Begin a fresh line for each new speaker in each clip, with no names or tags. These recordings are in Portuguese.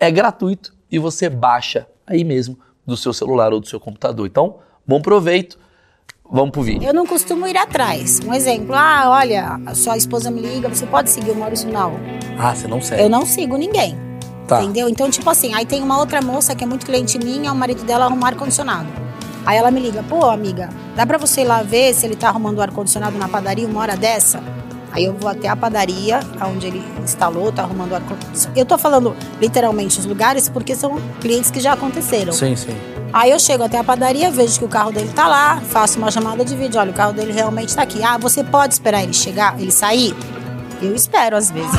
é gratuito e você baixa aí mesmo do seu celular ou do seu computador. Então, bom proveito. Vamos pro vídeo.
Eu não costumo ir atrás. Um exemplo, ah, olha, a sua esposa me liga, você pode seguir o Maurício? Não.
Ah, você não segue.
Eu não sigo ninguém.
Tá.
Entendeu? Então, tipo assim, aí tem uma outra moça que é muito cliente minha, o marido dela arruma ar-condicionado. Aí ela me liga, pô, amiga, dá pra você ir lá ver se ele tá arrumando o ar-condicionado na padaria uma hora dessa? Aí eu vou até a padaria, onde ele instalou, tá arrumando o ar-condicionado. Eu tô falando literalmente os lugares porque são clientes que já aconteceram.
Sim, sim.
Aí eu chego até a padaria, vejo que o carro dele tá lá, faço uma chamada de vídeo, olha, o carro dele realmente tá aqui. Ah, você pode esperar ele chegar, ele sair? Eu espero às vezes.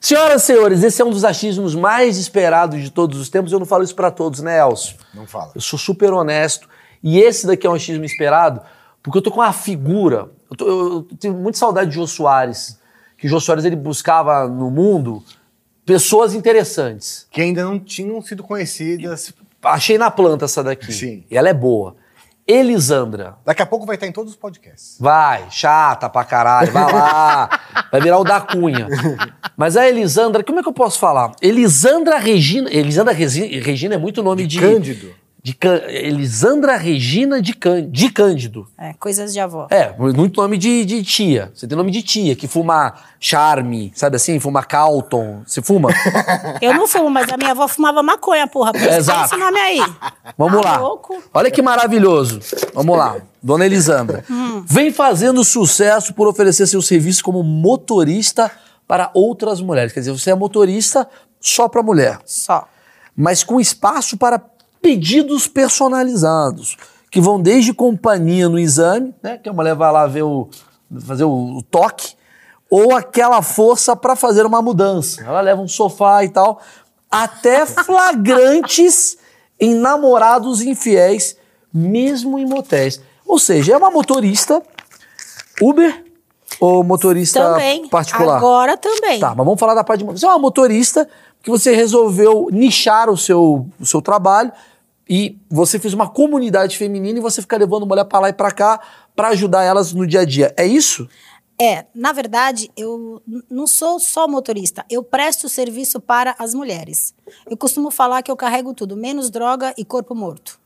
Senhoras e senhores, esse é um dos achismos mais esperados de todos os tempos. Eu não falo isso pra todos, né, Elcio?
Não fala.
Eu sou super honesto. E esse daqui é um achismo esperado, porque eu tô com uma figura. Eu, tô- eu- eu tenho muita saudade de Jô Soares. Que Jô Soares ele buscava no mundo pessoas interessantes.
Que ainda não tinham sido conhecidas.
Achei na planta essa daqui.
Sim.
E ela é boa. Elisandra.
Daqui a pouco vai estar em todos os podcasts.
Vai, chata pra caralho, vai lá. Vai virar o da Cunha. Mas a Elisandra, como é que eu posso falar? Elisandra Regina. Elisandra Resi- Regina é muito nome de.
Cândido.
de Cân- Elisandra Regina de, Cân- de Cândido.
É, coisas de avó.
É, muito nome de, de tia. Você tem nome de tia, que fuma charme, sabe assim? Fuma Calton. Você fuma?
Eu não fumo, mas a minha avó fumava maconha, porra. Por isso
Exato.
que tá esse nome aí.
Vamos
Tá
lá.
louco?
Olha que maravilhoso. Vamos lá. Dona Elisandra.
Hum.
Vem fazendo sucesso por oferecer seu serviço como motorista para outras mulheres. Quer dizer, você é motorista só para mulher,
Só.
mas com espaço para pedidos personalizados, que vão desde companhia no exame, né, que a mulher vai lá ver o fazer o, o toque, ou aquela força para fazer uma mudança. Ela leva um sofá e tal, até flagrantes em namorados infiéis, mesmo em motéis. Ou seja, é uma motorista Uber ou motorista
Também.
é particular?
Agora também.
Tá, mas vamos falar da parte de. Você é uma motorista que você resolveu nichar o seu, o seu trabalho e você fez uma comunidade feminina e você fica levando mulher pra lá e pra cá pra ajudar elas no dia a dia. É isso?
É, na verdade, eu n- não sou só motorista, eu presto serviço para as mulheres. Eu costumo falar que eu carrego tudo, menos droga e corpo morto.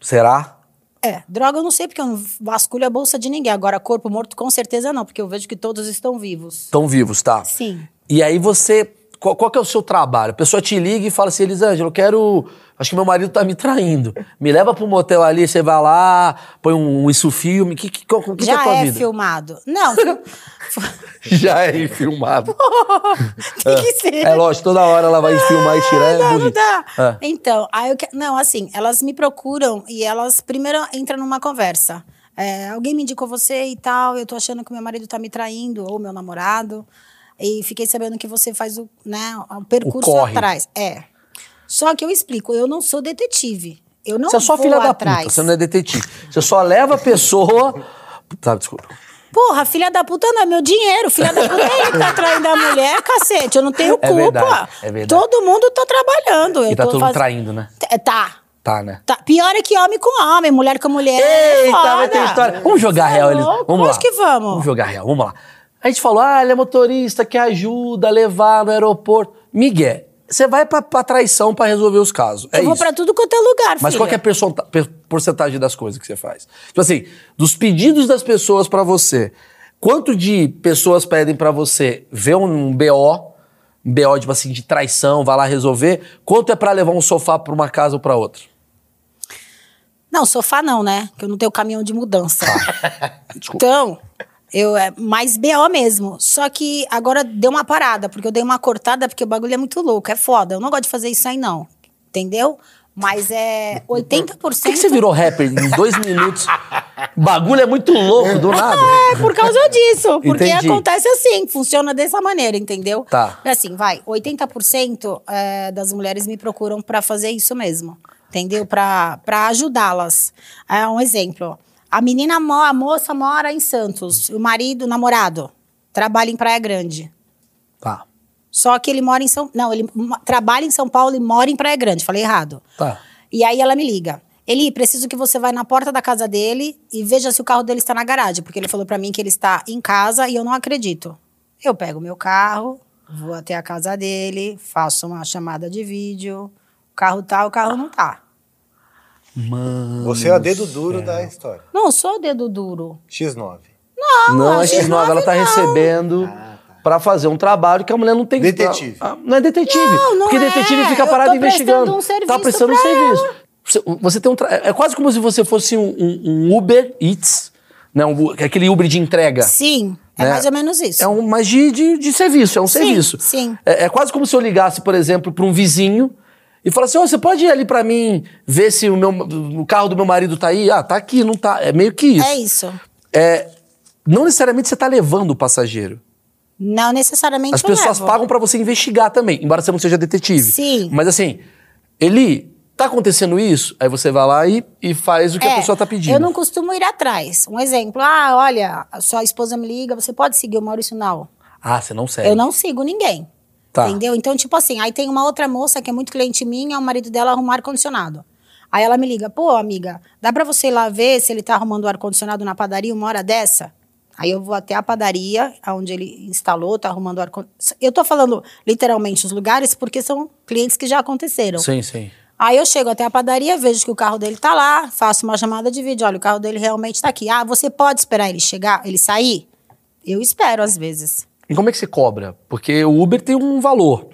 Será?
É, droga eu não sei porque eu não vasculho a bolsa de ninguém. Agora, corpo morto com certeza não, porque eu vejo que todos estão vivos.
Estão vivos, tá?
Sim.
E aí você. Qual, qual que é o seu trabalho? A pessoa te liga e fala assim, Elisângela, eu quero. Acho que meu marido tá me traindo. Me leva pro motel ali, você vai lá, põe um, um isso filme. Que, que, qual- o que, que é a
Já
tua
é
vida?
filmado. Não, tem
Já é filmado.
que ser.
É lógico, toda hora ela vai filmar e tirar. é
não, não
bonito.
dá.
É.
Então, aí eu que... não, assim, elas me procuram e elas primeiro entram numa conversa. É, alguém me indicou você e tal, eu tô achando que meu marido tá me traindo, ou meu namorado. E fiquei sabendo que você faz o, né, o percurso
corre.
atrás. É. Só que eu explico, eu não sou detetive. Eu não
você é só
vou
filha da
atrás.
puta, você não é detetive. Você só leva a pessoa. Tá, desculpa.
Porra, filha da puta não é meu dinheiro. Filha da puta é ele que tá traindo a mulher, cacete. Eu não tenho
É
culpa.
verdade, é verdade.
Todo mundo tá trabalhando.
E
eu
tá
tô
todo mundo
faz-
traindo, né?
T- Tá.
Tá, né?
Tá, pior é que homem com homem, mulher com mulher. é
Eita,
foda.
vai ter história. Vamos jogar
Cê é
real, eles.
louco?
Vamos lá.
Lógico que vamos.
Vamos jogar real, vamos lá. A gente falou, ah, ele é motorista que ajuda a levar no aeroporto. Miguel, você vai pra, pra traição pra resolver os casos. É
Eu vou
isso.
pra tudo quanto é lugar,
Mas
filha.
qual que é a percenta- per- porcentagem das coisas que você faz? Tipo assim, dos pedidos das pessoas pra você, quanto de pessoas pedem pra você ver um BO, BO, tipo assim, de traição, vai lá resolver? Quanto é pra levar um sofá pra uma casa ou pra outra?
Não, sofá não, né? Porque eu não tenho caminhão de mudança.
Tá.
então, eu é mais BO mesmo. Só que agora deu uma parada, porque eu dei uma cortada, porque o bagulho é muito louco, é foda. Eu não gosto de fazer isso aí, não. Entendeu? Mas é 80%. Por
Por que, que você virou rapper em dois minutos? Bagulho é muito louco, do nada.
É por causa disso. Porque
Entendi.
acontece assim, funciona dessa maneira, entendeu?
Tá.
É Assim, vai, 80% é, das mulheres me procuram pra fazer isso mesmo, entendeu? Pra pra ajudá-las. É um exemplo. A menina, mo- a moça mora em Santos, o marido, o namorado, trabalha em Praia Grande.
Tá,
Só que ele mora em São... Não, ele mo- trabalha em São Paulo e mora em Praia Grande, falei errado.
tá.
E aí ela me liga. Eli, preciso que você vá na porta da casa dele e veja se o carro dele está na garagem, porque ele falou pra mim que ele está em casa e eu não acredito. Eu pego meu carro, vou até a casa dele, faço uma chamada de vídeo. O carro tá, o carro não tá.
Mano.
Você é o dedo duro da história.
Não, sou dedo duro.
X9.
Não,
a
a X9 ela tá recebendo pra fazer um trabalho que a mulher não tem que-
Detetive.
Ah, não é detetive.
não
porque
é.
detetive
Eu
fica
tô
parado
prestando
investigando.
um serviço
tá prestando um
pra
serviço. Você, você tem um tra- É quase como se você fosse um, um- um Uber Eats, né? Um U- aquele Uber de entrega.
Sim, é,
É.
mais ou menos isso.
É um, mas de, de, de serviço, é um
Sim,
serviço.
sim.
É, é quase como se eu ligasse, por exemplo, para um vizinho e falasse: Ô, você pode ir ali para mim ver se o, meu, o carro do meu marido tá aí? Ah, tá aqui, não tá. É meio que isso.
É isso.
É, não necessariamente você tá levando o passageiro.
Não necessariamente
As
eu
pessoas
levo.
pagam pra você investigar também, embora você não seja detetive.
Sim.
Mas assim, Eli, tá acontecendo isso? Aí você vai lá e, e faz o que a
É,
pessoa tá pedindo.
Eu não costumo ir atrás. Um exemplo, ah, olha, a sua esposa me liga, você pode seguir o Maurício? Não.
Ah, você não segue.
Eu não sigo ninguém.
Tá.
Entendeu? Então, tipo assim, aí tem uma outra moça que é muito cliente minha, o marido dela arruma ar-condicionado. Aí ela me liga, pô, amiga, dá pra você ir lá ver se ele tá arrumando o ar-condicionado na padaria uma hora dessa? Aí eu vou até a padaria, onde ele instalou, tá arrumando o ar-condicionado. Eu tô falando literalmente os lugares, porque são clientes que já aconteceram.
Sim, sim.
Aí eu chego até a padaria, vejo que o carro dele tá lá, faço uma chamada de vídeo. Olha, o carro dele realmente tá aqui. Ah, você pode esperar ele chegar, ele sair? Eu espero às vezes.
E como é que você cobra? Porque o Uber tem um valor.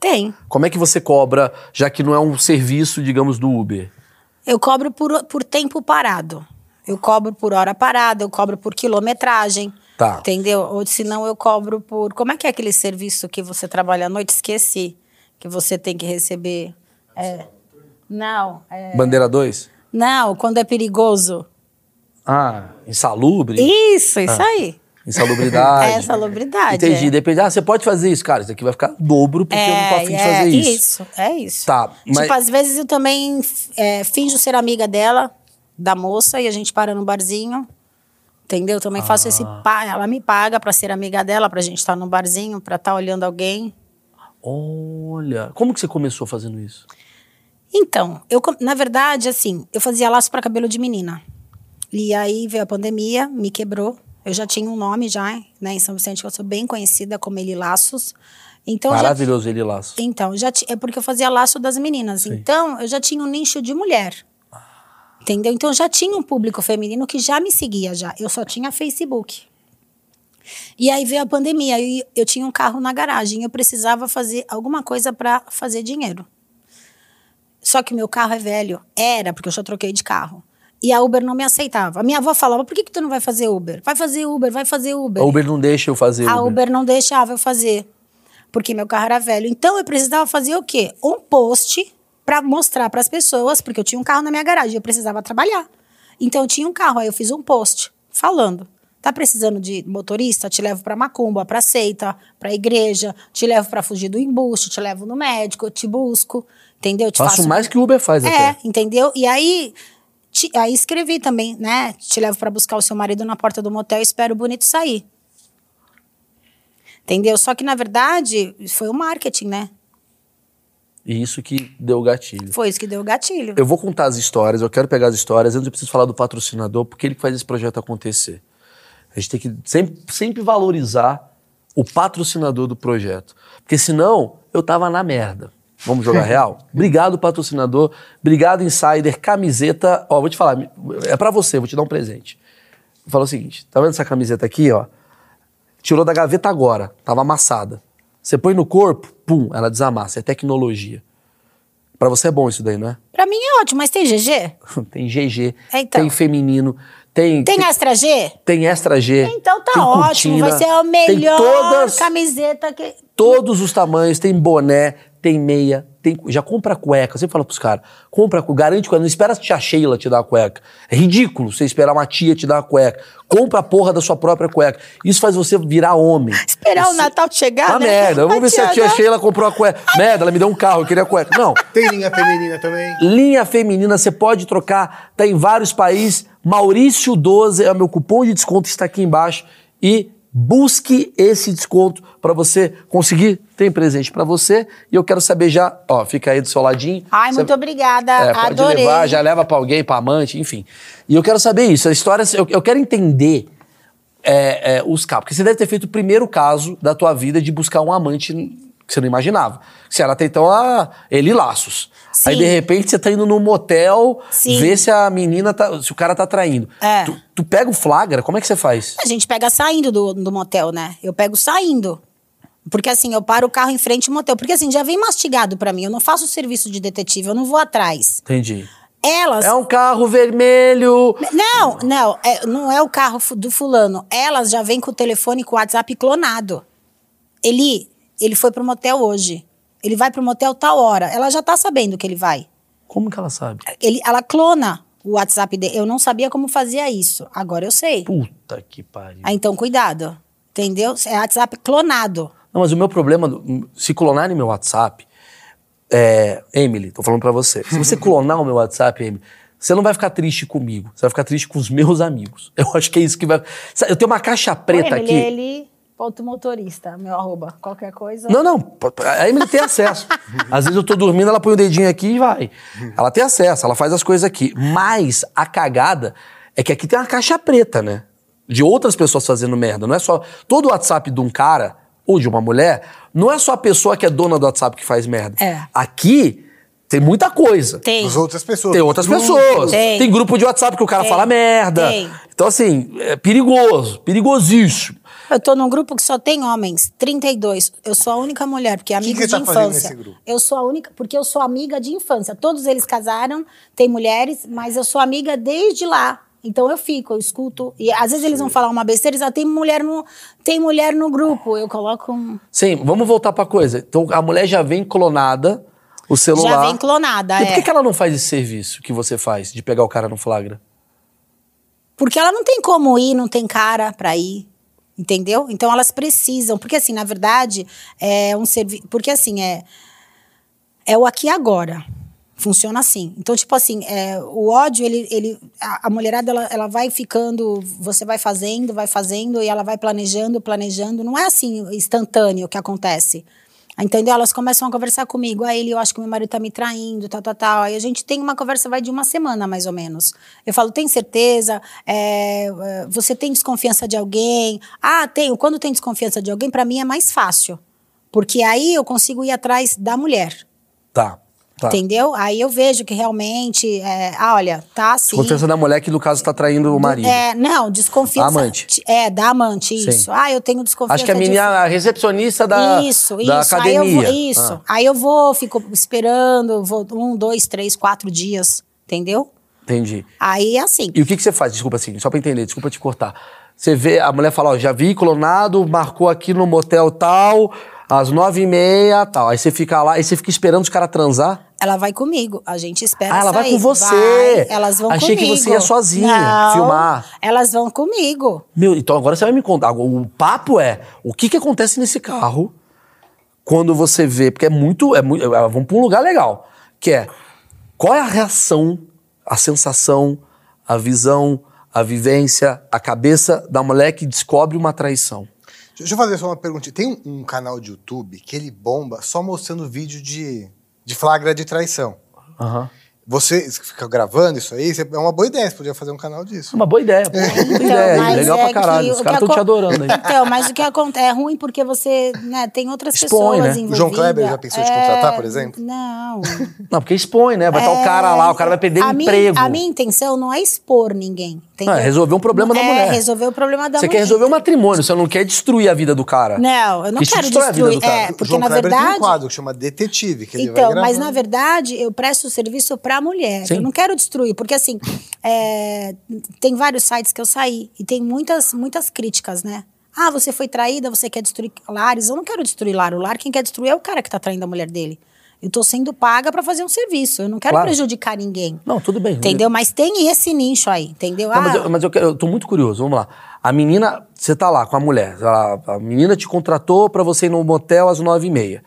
Tem.
Como é que você cobra, já que não é um serviço, digamos, do Uber?
Eu cobro por, por tempo parado. Eu cobro por hora parada, eu cobro por quilometragem.
Tá.
Entendeu? Ou se não, eu cobro por. Como é que é aquele serviço que você trabalha à noite? Esqueci. Que você tem que receber. É, não, é,
Bandeira 2?
não, quando é perigoso.
Ah, insalubre?
Isso, isso aí.
Insalubridade.
É, insalubridade,
Entendi.
é.
Depende. Ah, você pode fazer isso, cara. Isso aqui vai ficar dobro porque eu não tô afim de
é,
fazer isso.
isso, é isso.
Tá, mas-
Tipo, às vezes eu também é, finjo ser amiga dela, da moça, e a gente para no barzinho. Entendeu? Também faço esse.
Ah.
Pa... Ela me paga pra ser amiga dela, pra gente estar no barzinho, pra estar olhando alguém.
Olha, como que você começou fazendo isso?
Então, eu, com- na verdade, assim, eu fazia laço pra cabelo de menina. E aí veio a pandemia, me quebrou. Eu já tinha um nome já, né, em São Vicente, que eu sou bem conhecida como Eli Laços. Então, já
Maravilhoso ele laço.
Então, já ti- é porque eu fazia laço das meninas. Então, eu já tinha um nicho de mulher. Entendeu? Então, já tinha um público feminino que já me seguia já. Eu só tinha Facebook. E aí veio a pandemia e eu tinha um carro na garagem. Eu precisava fazer alguma coisa para fazer dinheiro. Só que o meu carro é velho. Era, porque eu já troquei de carro. E a Uber não me aceitava. A minha avó falava, por que, que tu não vai fazer Uber? Vai fazer Uber, vai fazer
A Uber não deixa eu fazer né?
a
Uber.
Uber não deixava eu fazer, porque meu carro era velho. Então eu precisava fazer o quê? Um post para mostrar para as pessoas, porque eu tinha um carro na minha garagem, eu precisava trabalhar. Então eu tinha um carro, aí eu fiz um post falando: tá precisando de motorista? Te levo para macumba, para seita, para igreja, te levo para fugir do embuste, te levo no médico, eu te busco, entendeu? Te
Faço mais que o Uber faz
é,
até.
entendeu? E aí, te- aí escrevi também, né? Te levo pra buscar o seu marido na porta do motel e espero o bonito sair. Entendeu? Só que, na verdade, foi o marketing, né?
E isso que deu o gatilho.
Foi isso que deu o gatilho.
Eu vou contar as histórias, eu quero pegar as histórias. Antes eu preciso falar do patrocinador, porque ele que faz esse projeto acontecer. A gente tem que sempre, sempre valorizar o patrocinador do projeto. Porque senão, eu tava na merda. Vamos jogar real? Obrigado, patrocinador. Obrigado, insider. Camiseta. Ó, vou te falar, é pra você, vou te dar um presente. Vou falar o seguinte: tá vendo essa camiseta aqui, ó? Tirou da gaveta agora, tava amassada. Você põe no corpo, pum, ela desamassa. É tecnologia. Pra você é bom isso daí, não é?
Pra mim é ótimo, mas tem GG?
tem GG,
É, então.
tem feminino, tem,
Tem
tem,
Astra G?
tem extra G.
Então tá
tem
ótimo,
cortina,
vai ser a melhor
Tem todas,
camiseta que.
todos os tamanhos, tem boné, tem meia, tem, já compra cueca. Eu sempre falo pros caras, compra, cu- garante cueca, não espera a tia Sheila te dar a cueca. É ridículo você esperar uma tia te dar a cueca. Compra a porra da sua própria cueca. Isso faz você virar homem.
Esperar o
Isso- é
Natal chegar,
Uma
né?
Tá merda, vamos ver se a tia
Tatiana.
Sheila comprou a cueca. Merda, ela me deu um carro, eu queria a cueca. Não,
Tem linha feminina também.
Linha feminina, você pode trocar, tá em vários países. Maurício 12 é o meu cupom de desconto, está aqui embaixo. E busque esse desconto para você conseguir. Tem presente para você. E eu quero saber já, ó, fica aí do seu ladinho.
Ai,
Você-
muito obrigada.
é, pode
Adorei.
levar, já leva pra alguém, pra amante, enfim. E eu quero saber isso. A história, eu, eu quero entender é, é, os casos. Porque você deve ter feito o primeiro caso da tua vida de buscar um amante que você não imaginava. Você era até então a Eli Laços.
Sim.
Aí, de repente, você tá indo num motel
Sim.
ver se a menina tá. Se o cara tá traindo.
É.
Tu, tu pega o flagra, como é que você faz?
A gente pega saindo do, do motel, né? Eu pego saindo. Porque assim, eu paro o carro em frente ao motel. Porque assim, já vem mastigado pra mim. Eu não faço serviço de detetive, eu não vou atrás.
Entendi.
Elas.
É um carro vermelho.
Não, não, é- não é o carro fu- do fulano. Elas já vêm com o telefone e com o WhatsApp clonado. Eli, ele foi pro motel hoje. Ele vai pro motel tal hora. Ela já tá sabendo que ele vai.
Como que ela sabe?
Ele, ela clona o WhatsApp dele. Eu não sabia como fazia isso. Agora eu sei.
Puta que pariu.
Ah, então cuidado. Entendeu? É WhatsApp clonado.
Não, mas o meu problema, do- se clonarem meu WhatsApp, é, Emily, tô falando pra você. Se você clonar o meu WhatsApp, Emily, você não vai ficar triste comigo, você vai ficar triste com os meus amigos. Eu acho que é isso que vai. Sabe, Eu tenho uma caixa preta aqui.
Ele, ponto motorista, meu arroba. Qualquer coisa.
Não, não, p- p- a Emily tem acesso. Às vezes eu tô dormindo, ela põe o dedinho aqui e vai. Ela tem acesso, ela faz as coisas aqui. Mas a cagada é que aqui tem uma caixa preta, né? De outras pessoas fazendo merda. Não é só. Todo o WhatsApp de um cara ou de uma mulher, não é só a pessoa que é dona do WhatsApp que faz merda.
É.
Aqui tem muita coisa.
Tem.
As outras pessoas.
Tem outras
Grupos.
pessoas.
Tem.
grupo de WhatsApp que o cara
Tem.
fala merda.
Tem.
Então, assim, é perigoso, perigosíssimo.
Eu tô num grupo que só tem homens, 32. Eu sou a única mulher, porque é
que
amigo
você
de
tá fazendo
infância.
nesse grupo?
Eu sou a única, porque eu sou amiga de infância. Todos eles casaram, tem mulheres, mas eu sou amiga desde lá. Então eu fico, eu escuto. E às vezes eles vão falar uma besteira, eles ah, tem mulher no tem mulher no grupo. Eu coloco um.
Sim, vamos voltar pra coisa. Então a mulher já vem clonada, o celular.
Já vem clonada,
E por
é.
que, que ela não faz esse serviço que você faz, de pegar o cara no flagra?
Porque ela não tem como ir, não tem cara pra ir. Entendeu? Então elas precisam. Porque, assim, na verdade, é um serviço. Porque, assim, é. É o aqui e agora. Funciona assim. Então, tipo assim, é, o ódio, ele. ele a, a mulherada, ela, ela vai ficando. Você vai fazendo, vai fazendo, e ela vai planejando, planejando. Não é assim instantâneo que acontece. Entendeu? Elas começam a conversar comigo. Aí ele, eu acho que meu marido tá me traindo, tal, tal, tal. Aí a gente tem uma conversa, vai de uma semana mais ou menos. Eu falo, tem certeza? É, é, você tem desconfiança de alguém? Ah, tenho. Quando tem desconfiança de alguém, pra mim é mais fácil. Porque aí eu consigo ir atrás da mulher.
Tá. tá.
Entendeu? Aí eu vejo que realmente, é, ah, olha, tá assim.
Desconfiança da mulher que, no caso, tá traindo o marido.
É, não, desconfiança.
Da amante.
É, da amante,
Sim.
isso. Ah, eu tenho desconfiança.
Acho que a menina
disso.
é a recepcionista da,
isso,
da
isso.
academia.
Aí eu vou, isso.
Ah,
Aí eu vou, fico esperando, vou um, dois, três, quatro dias, entendeu?
entendi.
Aí é assim.
E o que, que você faz? Desculpa, assim, só pra entender, desculpa te cortar. Você vê, a mulher fala, ó, já vi clonado, marcou aqui no motel tal, às nove e meia, tal. Aí você fica lá, aí você fica esperando os caras transar?
Ela vai comigo, a gente espera
Ah, ela vai
sair.
com você.
Vai, elas vão
Achei que
comigo.
você ia sozinha
Não,
filmar.
Elas vão comigo.
Meu, então agora você vai me contar. Agora, O papo é o que, que acontece nesse carro quando você vê, porque é muito, é muito, é, vamos para um lugar legal, que é qual é a reação, a sensação, a visão, a vivência, a cabeça da mulher que descobre uma traição.
Deixa eu fazer só uma perguntinha. Tem um, um canal de YouTube que ele bomba só mostrando vídeo de, de flagra de traição.
Aham.
Você fica gravando isso aí? Você- É uma boa ideia, você podia fazer um canal disso.
É Uma boa ideia, pô. Não tem
Então,
ideia. aí.
mas
Legal
é
pra caralho.
que
Os
o
caras
que
estão te
acon-
adorando aí.
Então, mas o que acontece é ruim porque você né, tem outras
Expõe,
pessoas
né?
envolvidas. É,
O João Kleber já pensou em te contratar, por exemplo?
Não.
Não, porque expõe, né? Vai estar o cara lá, o cara vai perder o
a
emprego.
Minha, a minha intenção não é expor ninguém. Entendeu?
Ah, resolver um problema da
é,
mulher.
resolver o problema da
Você
mulher.
quer resolver o matrimônio, você não quer destruir a vida do cara.
Não, eu não
Isso
quero
destrói a vida
destruir.
do cara.
É,
O
porque
João
na
Kleber tem
verdade.
um quadro que chama Detetive, que ele vai
Então,
gravar.
mas na verdade eu presto serviço para mulher.
Sim.
Eu não quero destruir, porque assim, é, tem vários sites que eu saí e tem muitas, muitas críticas, né? Ah, você foi traída, você quer destruir lares. Eu não quero destruir lar. O lar, quem quer destruir é o cara que tá traindo a mulher dele. Eu tô sendo paga para fazer um serviço. Eu não quero
Claro.
prejudicar ninguém.
Não, tudo bem.
Entendeu? Mas tem esse nicho aí, entendeu?
Não, mas
Ah,
eu, mas eu quero- eu tô muito curioso, vamos lá. A menina, você tá lá com a mulher, sei lá, a menina te contratou pra você ir no motel às nove e meia.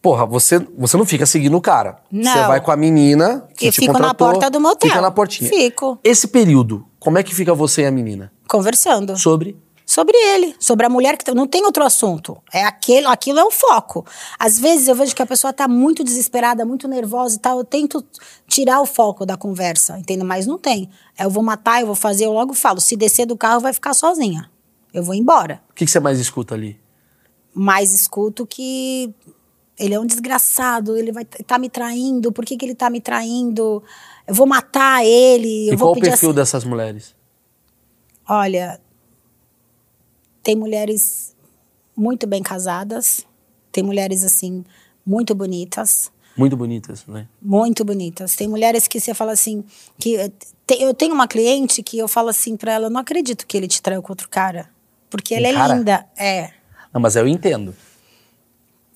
Porra, você, você não fica seguindo o cara.
Não.
Você vai com a menina que
Eu
te
fico na
contratou.
porta do motel.
Fica na portinha.
Fico.
Esse período, como é que fica você e a menina?
conversando.
Sobre?
Sobre ele, sobre a mulher que tá- não tem outro assunto. É aquele, aquilo é o foco. Às vezes eu vejo que a pessoa tá muito desesperada, muito nervosa e tal, eu tento tirar o foco da conversa, entende? Mas não tem. Eu vou matar, eu vou fazer, eu logo falo, se descer do carro vai ficar sozinha. Eu vou embora.
O que, que você mais escuta ali?
Mas escuto que ele é um desgraçado, ele vai tá me traindo, por que, que ele tá me traindo? Eu vou matar ele, eu
e
vou
qual o
pedir
perfil
assim-
dessas mulheres?
Olha, tem mulheres muito bem casadas, tem mulheres assim muito bonitas,
Muito bonitas, né?
muito bonitas. Tem mulheres que você fala assim, que eh, te- eu tenho uma cliente que eu falo assim pra ela, eu não acredito que ele te traiu com outro cara, porque
Um
ela
cara?
é linda, é.
Não, mas eu entendo.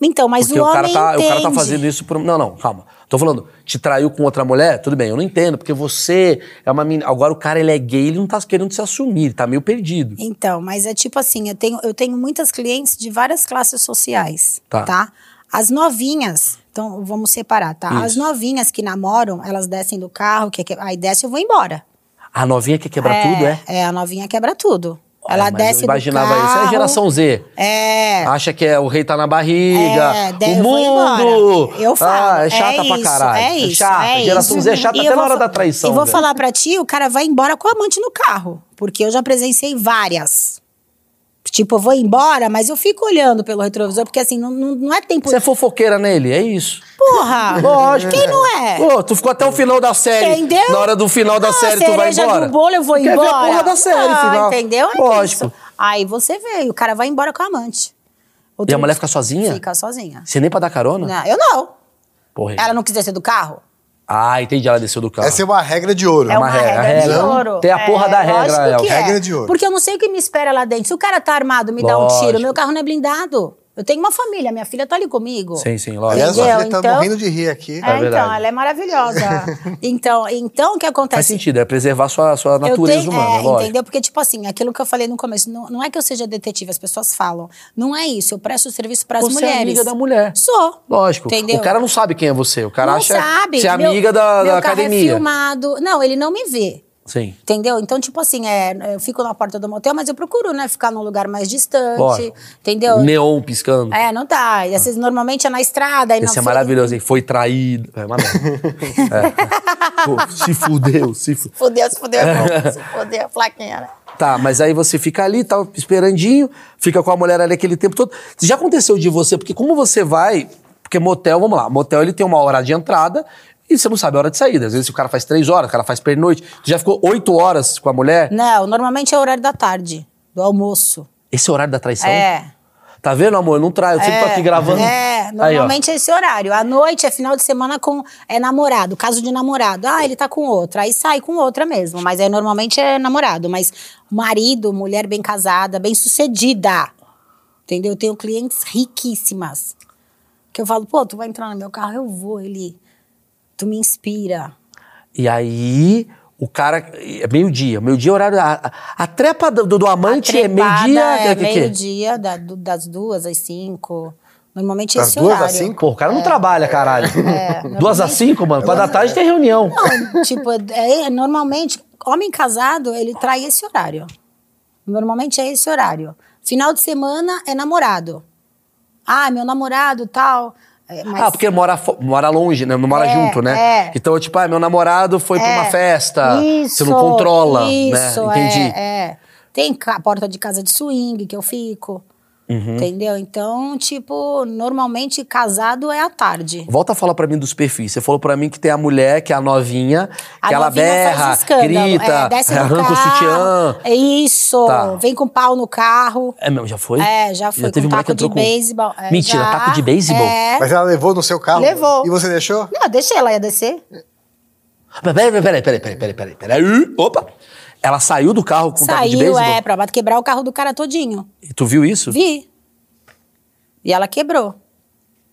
Então, mas
Porque
o
o,
homem
cara tá, o
entende.
cara tá fazendo isso por. Não, não, calma. Tô falando, te traiu com outra mulher? Tudo bem, eu não entendo, porque você é uma menina. Agora o cara ele é gay, ele não tá querendo se assumir, ele tá meio perdido.
Então, mas é tipo assim, eu tenho, eu tenho muitas clientes de várias classes sociais,
Tá.
tá? As novinhas, então vamos separar, tá? As
Isso.
novinhas que namoram, elas descem do carro, que, que- aí desce eu vou embora.
A novinha quer quebrar tudo, é?
É, a novinha quebra tudo.
Olha,
Ela
mas
desce
eu imaginava
do carro.
isso. É a geração Z.
É.
Acha que é o rei tá na barriga.
É, de-
o
eu vou
mundo.
embora. Eu falo.
Ah, é chata
é
pra
isso,
caralho.
É isso.
chata.
é
geração
isso.
Z é chata
E eu
até na
vou
hora
fa-
da traição.
E vou
velho.
falar pra ti, o cara vai embora com a amante no carro. Porque eu já presenciei várias. Tipo, eu vou embora, mas eu fico olhando pelo retrovisor, porque assim, não, não, não é tempo.
Você é fofoqueira nele, é isso.
Porra!
Lógico.
Quem não é?
Ô, tu ficou até o final da série.
Entendeu?
Na hora do final da
Ah,
série, tu vai
cereja
embora.
do bolo, eu vou
Tu quer ver a
embora.
porra da série,
Ah,
final.
Entendeu? É
Lógico.
isso. Aí você vê, e o cara vai embora com a amante.
E
Outro
a mulher fica sozinha?
Fica sozinha.
Você nem pra dar carona?
Não, eu não.
Porra.
Ela não quis descer do carro?
Ah, entendi. Ela desceu do carro.
Essa é uma regra de ouro.
É uma regra,
de
regra.
ouro.
Tem a porra da regra,
lógico
Elza.
que é.
Regra de ouro.
Porque eu não sei o que me espera lá dentro. Se o cara tá armado, me dá um
Lógico.
tiro, meu carro não é blindado. Eu tenho uma família, minha filha tá ali comigo.
Sim, sim, lógico.
Aliás,
Entendeu?
a filha tá
Então-
morrendo de rir
É
aqui.
É, então,
verdade.
ela é maravilhosa. então, então, o que
Faz
acontece?
sentido, é preservar sua, sua natureza
tenho-
humana,
é,
lógico.
entendeu? Porque, tipo assim, aquilo que eu falei no começo, não, não é que eu seja detetive, as pessoas falam. Não é isso, eu presto serviço para as
Você
mulheres.
é amiga da mulher.
Sou.
Lógico.
Entendeu?
O cara não sabe quem é você. O cara
não
acha
sabe.
que você é
Meu-
amiga da,
meu
da
carro
academia.
É filmado. Não, ele não me vê.
Sim.
Entendeu? Então, tipo assim, é, eu fico na porta do motel, mas eu procuro, né, ficar num lugar mais distante.
Lógico.
Entendeu?
Neon piscando.
É, não dá. E, às vezes, normalmente é na estrada. aí
Esse é
não-
maravilhoso, hein? Foi traído. É uma merda. É. Pô, se fudeu, se fudeu.
Fudeu, se fudeu, é bom. se fudeu, plaquinha, né?
Tá, mas aí você fica ali, tá esperandinho, fica com a mulher ali aquele tempo todo. Já aconteceu de você, porque como você vai. Porque motel, vamos lá, motel ele tem uma hora de entrada e você não sabe a hora de saída. Às vezes o cara faz três horas, o cara faz pernoite. Tu já ficou oito horas com a mulher?
Não, normalmente é o horário da tarde, do almoço.
Esse é o horário da traição?
É.
Tá vendo, amor? Eu não traio, eu sempre tô aqui gravando.
É,
Aí, ó.
normalmente é esse horário. À noite é final de semana com é namorado, caso de namorado. Ah, ele tá com outra. Aí sai com outra mesmo. Mas aí normalmente é namorado. Mas marido, mulher bem casada, bem sucedida. Entendeu? Eu tenho clientes riquíssimas. Que eu falo, pô, tu vai entrar no meu carro, eu vou, ele. Tu me inspira.
E aí, o cara. É meio-dia. Meio-dia é horário. A, a, a trepa do, do amante
A
é
trepada
meio-dia.
É
que- que- que-
meio-dia, da- do- das duas às cinco. Normalmente é
Das
esse
duas às
horário.
cinco?
Pô, o cara não trabalha, caralho. Duas às
É. normalmente-
cinco, mano. Pra da tarde tem reunião.
Não, tipo, é, é, normalmente, homem casado, ele trai esse horário. Normalmente é esse horário. Final de semana é namorado. Ah, meu namorado, tal. É, mas-
Ah, porque mora, fo- mora longe, né? Não mora
É,
junto, né?
é.
Então, tipo, ah, meu namorado foi pra
É.
uma festa. você não
Isso,
controla,
isso,
né? Entendi.
É, é. Tem ca- porta de casa de swing que eu fico.
Uhum.
Entendeu? Então, tipo, normalmente casado é à tarde.
Volta a falar pra mim dos perfis. Você falou pra mim que tem a mulher, que é a novinha,
A
que ela
novinha
berra,
faz escândalo. é,
grita,
desce do
arranca o
carro,
sutiã.
É isso.
Tá.
Vem com pau no carro.
É mesmo, já foi?
É, já foi.
Já teve
com
um moleque
taco
que
de
entrou com...
beisebol. é,
Mentira,
já.
taco de beisebol?
É.
Mas ela levou no seu carro?
Levou.
E você deixou?
Não, deixei ela ia descer.
Peraí, peraí, peraí, peraí, peraí, peraí, peraí. Opa! Ela saiu do carro com taco de
Saiu,
beisebol?
é, pra bater- quebrar o carro do cara todinho.
E Tu viu isso?
Vi. E ela quebrou.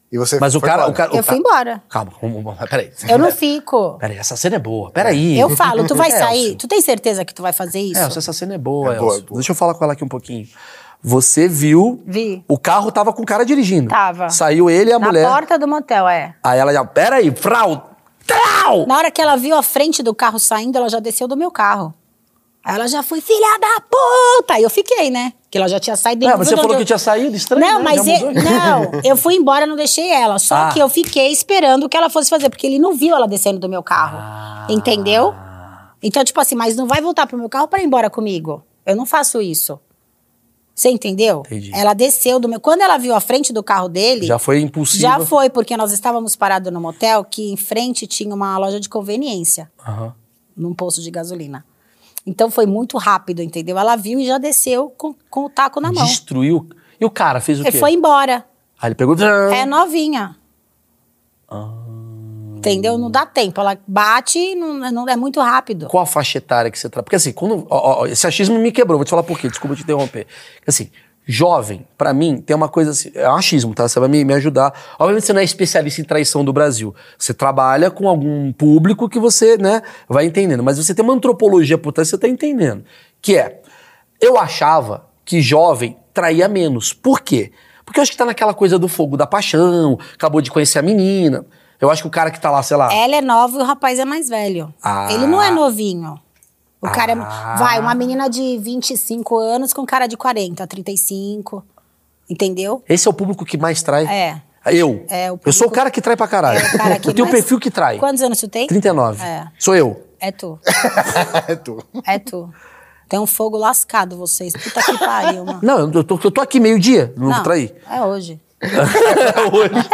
E você
Mas o
foi
cara,
embora?
o cara... o
Eu fui
ca-
embora.
Calma, calma, calma, peraí.
Eu não fico.
Peraí, essa cena é boa. Peraí. É,
Eu falo, tu vai
Elcio.
sair. Tu tem certeza que tu vai fazer isso?
Elcio, essa cena é boa,
É
Elcio.
boa, é boa.
Deixa eu falar com ela aqui um pouquinho. Você viu...
Vi.
O carro tava com o cara dirigindo.
Tava.
Saiu ele e a
Na
mulher.
porta do motel, é.
Aí ela já... Peraí, frau! Trau!
Na hora que ela viu a frente do carro saindo, ela já desceu do meu carro. Aí ela já foi, filha da puta! Aí eu fiquei, né? Porque ela já tinha saído.
É,
nem
mas
vi
você
de
falou
onde
que tinha saído, estranho,
Não,
né?
mas
Já
eu,
mudou.
não, eu fui embora, não deixei ela. Só
Ah.
que eu fiquei esperando que ela fosse fazer, porque ele não viu ela descendo do meu carro.
Ah.
Entendeu? Então, tipo assim, mas não vai voltar pro meu carro pra ir embora comigo. Eu não faço isso. Você entendeu?
Entendi.
Ela desceu do meu. Quando ela viu a frente do carro dele.
Já foi impulsivo.
Já foi, porque nós estávamos parados no motel que em frente tinha uma loja de conveniência,
Aham.
num posto de gasolina. Então foi muito rápido, entendeu? Ela viu e já desceu com, com o taco na mão.
Destruiu. E o cara fez o quê? Ah.
Ele foi embora.
Aí ele pegou...
É novinha.
Ah.
Entendeu? Não dá tempo. Ela bate e não, não- é muito rápido.
Qual a faixa etária que você traz? Porque assim, quando. ó, ó, esse achismo me quebrou, vou te falar por quê, desculpa te interromper. Assim, jovem, pra mim, tem uma coisa assim. É um achismo, tá? Você vai me, me ajudar. Obviamente você não é especialista em traição do Brasil. Você trabalha com algum público que você, né, vai entendendo. Mas você tem uma antropologia por trás, você tá entendendo. Que é. Eu achava que jovem traía menos. Por quê? Porque eu acho que tá naquela coisa do fogo da paixão, acabou de conhecer a menina. Eu acho que o cara que tá lá, sei lá.
Ela é nova e o rapaz é mais velho.
Ah.
Ele não é novinho. O cara
Ah.
é. Vai, uma menina de 25 anos com cara de 40, 35. Entendeu?
Esse é o público que mais trai.
É.
Eu.
É, o
eu sou o
público-
cara que trai pra caralho.
É o cara que
eu tenho
mais-
perfil que trai.
Quantos anos tu tem?
39.
É.
Sou eu.
É tu.
é tu.
É tu. Tem um fogo lascado, vocês. Puta que pariu, mano.
Não, eu tô, eu tô aqui meio-dia, não, vou trair.
É hoje.
Hoje.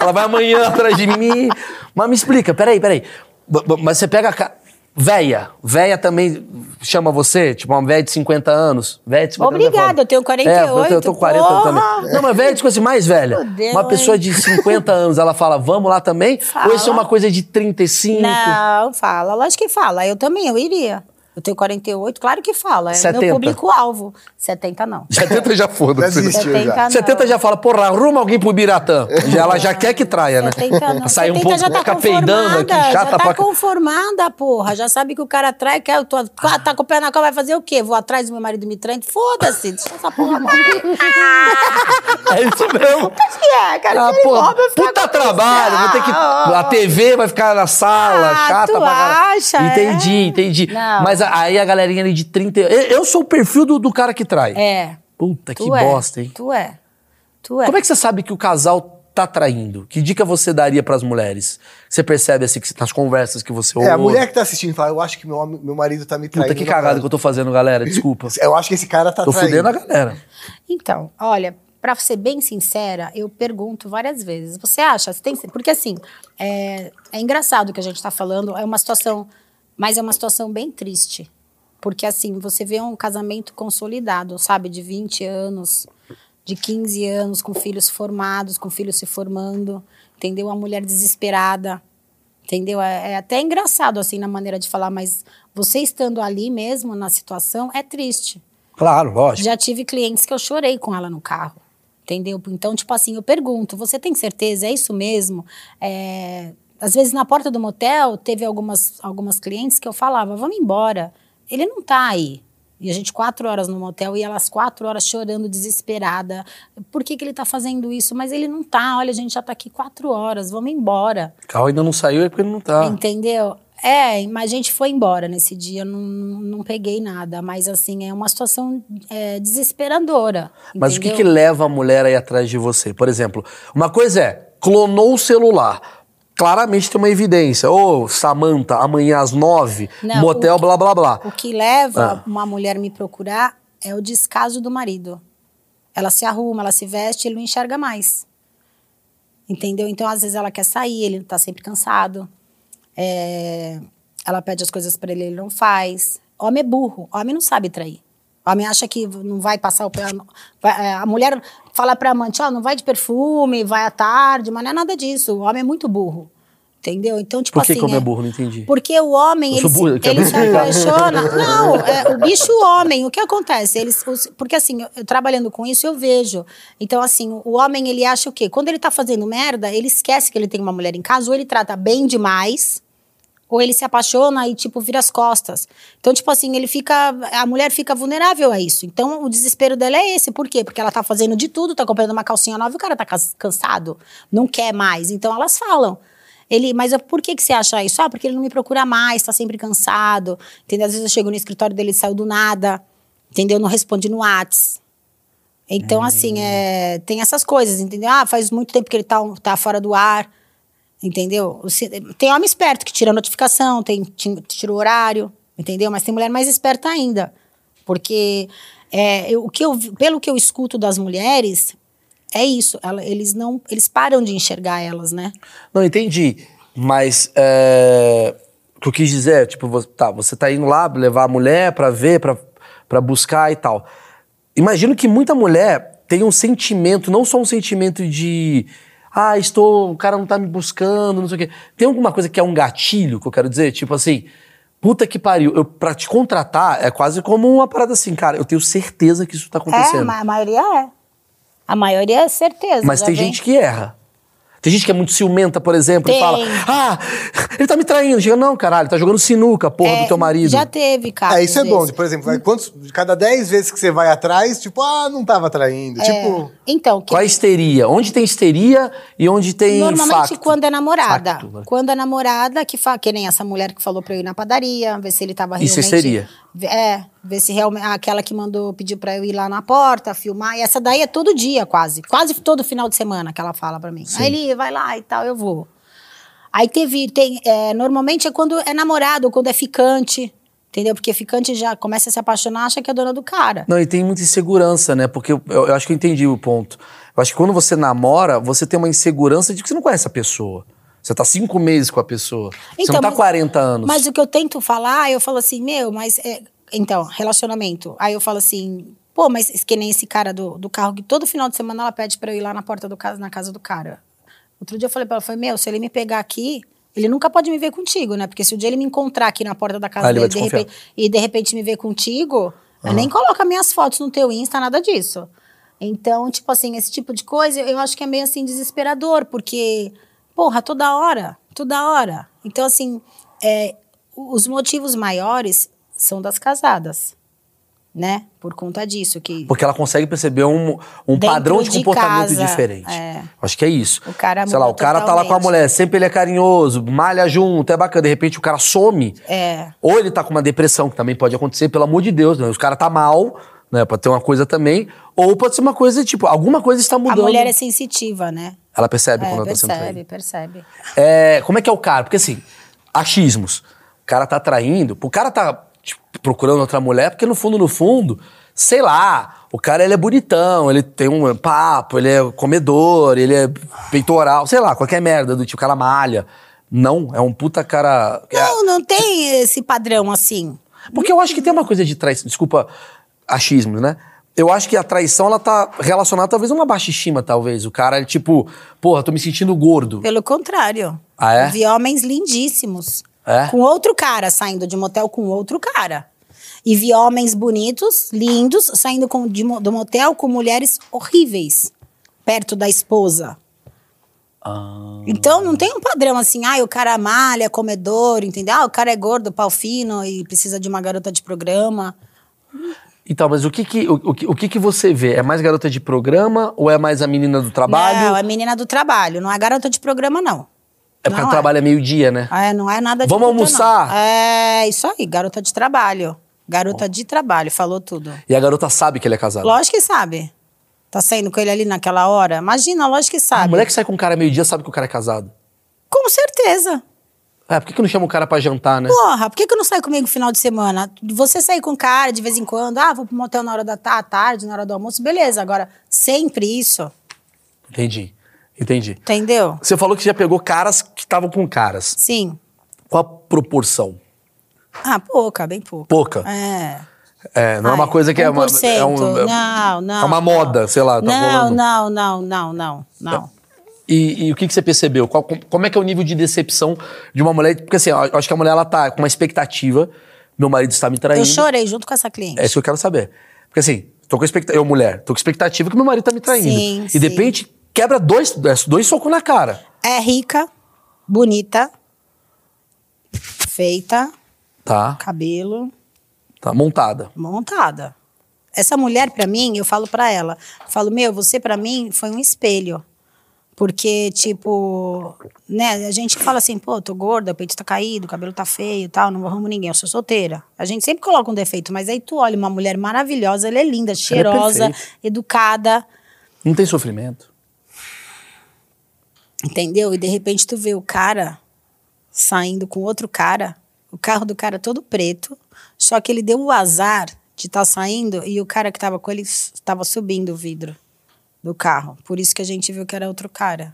Ela vai amanhã atrás de mim. Mas me explica, peraí, peraí. B- b- Mas você pega a. Ca... Véia. Véia também chama você? Tipo, uma véia de 50 anos? Véia de 50 anos é
Obrigada,
foda.
eu tenho 48,
É, eu tenho- eu tô 40
porra!
também. Não, mas véia de coisa assim, mais velha.
Fudeu,
uma pessoa
hein?
de 50 anos, ela fala, vamos lá também? Ou isso é
Fala.
uma coisa de 35?
Não, fala. Lógico que fala. Eu também, eu iria. Eu tenho 48, claro que fala. É
70.
meu público-alvo. 70 não.
70 já foda-se.
Desiste.
70 Ah, não.
70 já fala, porra, arruma alguém pro Ibiratã. Já- Ela já quer que traia, né?
70 não.
Sai um
70
pouco,
já tá
fica peidando aqui,
conformada,
chata
já tá
pra...
conformada, porra. Já sabe que o cara atrai, quer, tô, ah, tá com o pé na cola, vai fazer o quê? Vou atrás do meu marido me traindo? Foda-se, deixa essa porra comigo.
É isso mesmo.
que é, cara?
Ah,
que ele
porra,
rouba, eu fico
puta
com Ah,
trabalho, vou ter que...
tesão.
A TV vai ficar na sala,
Ah,
chata
tu
pra caralho.
acha,
Entendi,
é?
entendi.
Não.
Mas a- aí a galerinha ali de 30... Eu eu sou o perfil do, do cara que trai.
É,
Puta,
tu
que
é.
bosta, hein?
Tu é. Tu é.
Como é que você sabe que o casal tá traindo? Que dica você daria pras mulheres? Você percebe, assim, que nas conversas que você ouve...
É, a mulher que tá assistindo fala, eu acho que meu, homem- meu marido tá me traindo.
Puta, que cagada que eu tô fazendo, galera, desculpa.
Eu acho que esse cara tá
Tô
traindo.
fudendo a galera.
Então, olha, pra ser bem sincera, eu pergunto várias vezes. Você acha? Você tem- porque assim, é, é engraçado o que a gente tá falando, é uma situação, mas é uma situação bem triste. Porque assim, você vê um casamento consolidado, sabe, de 20 anos, de 15 anos, com filhos formados, com filhos se formando, entendeu? Uma mulher desesperada, entendeu? É, é até engraçado assim na maneira de falar, mas você estando ali mesmo na situação é triste.
Claro, lógico.
Já tive clientes que eu chorei com ela no carro. Entendeu? Então, tipo assim, eu pergunto: você tem certeza? É isso mesmo? É, Às vezes, na porta do motel, teve algumas, algumas clientes que eu falava: vamos embora. Ele não tá aí. E a gente, quatro horas no motel, e elas quatro horas chorando, desesperada. Por que, que ele tá fazendo isso? Mas ele não tá. Olha, a gente já tá aqui quatro horas, vamos embora.
O carro ainda não saiu é porque ele não tá.
Entendeu? É, mas a gente foi embora nesse dia, não, não peguei nada. Mas, assim, é uma situação é, desesperadora.
Mas o que, que
entendeu?
leva a mulher aí atrás de você? Por exemplo, uma coisa é, clonou o celular. Claramente tem uma evidência. Ô, Samantha, amanhã às nove,
Não,
motel,
o-
blá, blá, blá.
O que leva
Ah.
uma mulher me procurar é o descaso do marido. Ela se arruma, ela se veste, ele não enxerga mais. Entendeu? Então, às vezes, ela quer sair, ele tá sempre cansado. É, Ela pede as coisas para ele, ele não faz. Homem é burro, homem não sabe trair. Homem acha que não vai passar o. pé- não- vai- é, A mulher fala pra amante: ó, não vai de perfume, vai à tarde, mas não é nada disso. O homem é muito burro. Entendeu? Então, tipo
Por que
assim.
que homem é burro? Não entendi.
Porque o homem,
Eu
ele,
sou burro,
se,
quer
ele
me
se
explicar?
apaixona. Não, é, o bicho homem, o que acontece? Eles, os- porque assim, eu, eu trabalhando com isso, eu vejo. Então, assim, o homem, ele acha o quê? Quando ele tá fazendo merda, ele esquece que ele tem uma mulher em casa, ou ele trata bem demais, ou ele se apaixona e, tipo, vira as costas. Então, tipo assim, ele fica. A mulher fica vulnerável a isso. Então, o desespero dela é esse. Por quê? Porque ela tá fazendo de tudo, tá comprando uma calcinha nova e o cara tá cas- cansado, não quer mais. Então, elas falam. Ele, mas eu- por que, que você acha isso? Ah, porque ele não me procura mais, tá sempre cansado. Entendeu? Às vezes eu chego no escritório dele e saiu do nada. Entendeu? Não responde no Whats. Então, assim, é, tem essas coisas, entendeu? Ah, faz muito tempo que ele tá, tá fora do ar. Entendeu? O ci- Tem homem esperto que tira a notificação, tem, ti- tira o horário, entendeu? Mas tem mulher mais esperta ainda. Porque é, eu- o que eu, vi- pelo que eu escuto das mulheres, é isso. ela- eles não. Eles param de enxergar elas, né?
Não, entendi. Mas é, o que eu quis dizer, é, tipo, você tá, você tá indo lá levar a mulher pra ver, pra, pra buscar e tal. Imagino que muita mulher tem um sentimento, não só um sentimento de. Ah, estou. O cara não tá me buscando, não sei o quê. Tem alguma coisa que é um gatilho que eu quero dizer? Tipo assim. Puta que pariu, eu, pra te contratar é quase como uma parada assim, cara. Eu tenho certeza que isso tá
É,
acontecendo.
ma- a maioria é. A maioria é certeza.
Mas
já
tem
vem.
gente que erra. Tem gente que é muito ciumenta, por exemplo, e
Tem.
fala: Ah, ele tá me traindo. Chega, não, caralho, tá jogando sinuca, porra,
É,
do teu marido.
Já teve, cara.
É, isso é bom. Por exemplo, vai quantos, de cada 10 vezes que você vai atrás, tipo, ah, não tava traindo. Tipo,
Então, que
Qual é a histeria? Onde tem histeria e onde tem.
Normalmente
facto?
quando é namorada.
Facto, né?
Quando é namorada, que, fa... que nem essa mulher que falou pra eu ir na padaria, ver se ele tava
Isso
realmente...
seria.
Vê- É, ver se realmente... Aquela que mandou pedir pra eu ir lá na porta, filmar. E essa daí é todo dia, quase. Quase todo final de semana que ela fala pra mim. Aí ele vai lá e tal, eu vou. Aí teve... Tem, é, normalmente é quando é namorado, quando é ficante. Entendeu? Porque ficante já começa a se apaixonar, acha que é dona do cara.
Não, e tem muita insegurança, né? Porque eu, eu acho que eu entendi o ponto. Eu acho que quando você namora, você tem uma insegurança de que você não conhece a pessoa. Você tá cinco meses com a pessoa. você não tá
Então, mas-
40 anos.
Mas o que eu tento falar, eu falo assim, meu, mas. é, então, relacionamento. Aí eu falo assim, pô, mas que nem esse cara do, do carro que todo final de semana ela pede pra eu ir lá na porta do casa, na casa do cara. Outro dia eu falei pra ela, falei, meu, se ele me pegar aqui, ele nunca pode me ver contigo, né? Porque se o dia ele me encontrar aqui na porta da casa
Ah, ele vai
dele de
desconfiar.
repente, e de repente me ver contigo, eu nem coloca minhas fotos no teu Insta, nada disso. Então, tipo assim, esse tipo de coisa, eu acho que é meio assim desesperador, porque, porra, toda hora, toda hora. Então, assim, é, os motivos maiores são das casadas, né? Por conta disso, que
Porque ela consegue perceber um, um
Dentro
padrão de
de
comportamento
casa,
diferente.
é.
Acho que é isso.
O cara
Sei lá, o
muda
cara tá lá com a
totalmente.
mulher, sempre ele é carinhoso, malha junto, é bacana. De repente o cara some.
é.
Ou ele tá com uma depressão, que também pode acontecer, pelo amor de Deus. Né? Os cara tá mal, né? Pode ter uma coisa também. Ou pode ser uma coisa, tipo, alguma coisa está
A
mudando.
mulher é sensitiva, né?
Ela percebe
É,
quando ela tá sendo traída.
percebe, percebe.
É, como é que é o cara? Porque assim, achismos. O cara tá traindo, o cara tá tipo, procurando outra mulher, porque no fundo, no fundo, sei lá, o cara ele é bonitão, ele tem um papo, ele é comedor, ele é peitoral, sei lá, qualquer merda do tipo, o cara malha. Não, é um puta cara. é-
Não, não tem esse padrão assim.
porque eu acho que tem uma coisa de traição. Desculpa, achismo, né? Eu acho que a traição, ela tá relacionada talvez a uma baixa estima, talvez. O cara, ele, tipo, porra, tô me sentindo gordo.
Pelo contrário.
Ah, é?
Eu Vi homens lindíssimos.
É?
Com outro cara, saindo de motel com outro cara. E vi homens bonitos, lindos, saindo com- de mo- do motel com mulheres horríveis, perto da esposa.
Ah.
Então não tem um padrão assim, ah, o cara malha, é comedor, entendeu? Ah, o cara é gordo, pau fino e precisa de uma garota de programa.
Então, mas o que que, o, o que, o que que você vê? É mais garota de programa ou é mais a menina do trabalho?
Não, é menina do trabalho, não é garota de programa, não.
é porque
não
o trabalho é meio-dia, né?
É, não é nada de
Vamos
luta, não.
almoçar?
É, isso aí, garota de trabalho. Garota de trabalho, falou tudo.
E a garota sabe que ele é casado.
Lógico que sabe. Tá saindo com ele ali naquela hora? Imagina, lógico que
A
sabe.
mulher que sai com o cara meio-dia sabe que o cara é casado.
Com certeza.
É, por que, que não chama o cara pra jantar, né?
Porra, por que, que não sai comigo no final de semana? Você sair com cara de vez em quando, ah, vou pro motel na hora da ta- à tarde, na hora do almoço, beleza. Agora, sempre isso,
Entendi. Entendi.
entendeu?
Você falou que já pegou caras que estavam com caras.
Sim.
Qual a proporção?
Ah, pouca, bem pouca.
Pouca.
É.
É, não é uma
Ai,
coisa que é uma. É
1%.
é-
não, não.
É uma
não.
moda, sei lá, tá
não,
rolando. É.
não, não, não, não, não.
E, e o que, que você percebeu? Qual- com- como é que é o nível de decepção de uma mulher? Porque assim, eu acho que a mulher ela tá com uma expectativa. Meu marido está me traindo.
Eu chorei junto com essa cliente.
É isso que eu quero saber. Porque assim, tô com expectativa. Eu, mulher, tô com expectativa que meu marido tá me traindo.
Sim,
e
sim.
de repente quebra dois, é, dois socos na cara.
É rica, bonita, feita,
Tá,
cabelo,
tá montada.
montada. Essa mulher, pra mim, eu falo pra ela, eu falo, meu, você pra mim foi um espelho. Porque, tipo, né, a gente que fala assim, pô, tô gorda, o peito tá caído, o cabelo tá feio e tal, não arrumo ninguém, eu sou solteira. A gente sempre coloca um defeito, mas aí tu olha uma mulher maravilhosa, ela é linda, cheirosa,
perfeita.
educada,
Não tem sofrimento.
Entendeu? E de repente tu vê o cara saindo com outro cara, o carro do cara todo preto, só que ele deu o azar de estar saindo e o cara que tava com ele estava subindo o vidro do carro. Por isso que a gente viu que era outro cara.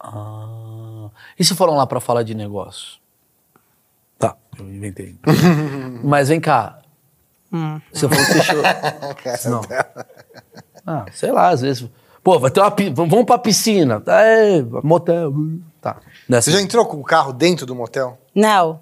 Ah. E se foram lá pra falar de negócio? Tá, eu inventei. Mas vem cá. Você falou que você chorou. Não. Ah, sei lá, às vezes. Pô, vai ter uma. pi- Vamos vamos pra piscina. Tá, É, motel. hum, Tá. Nessa.
Você já entrou com o carro dentro do motel?
Não,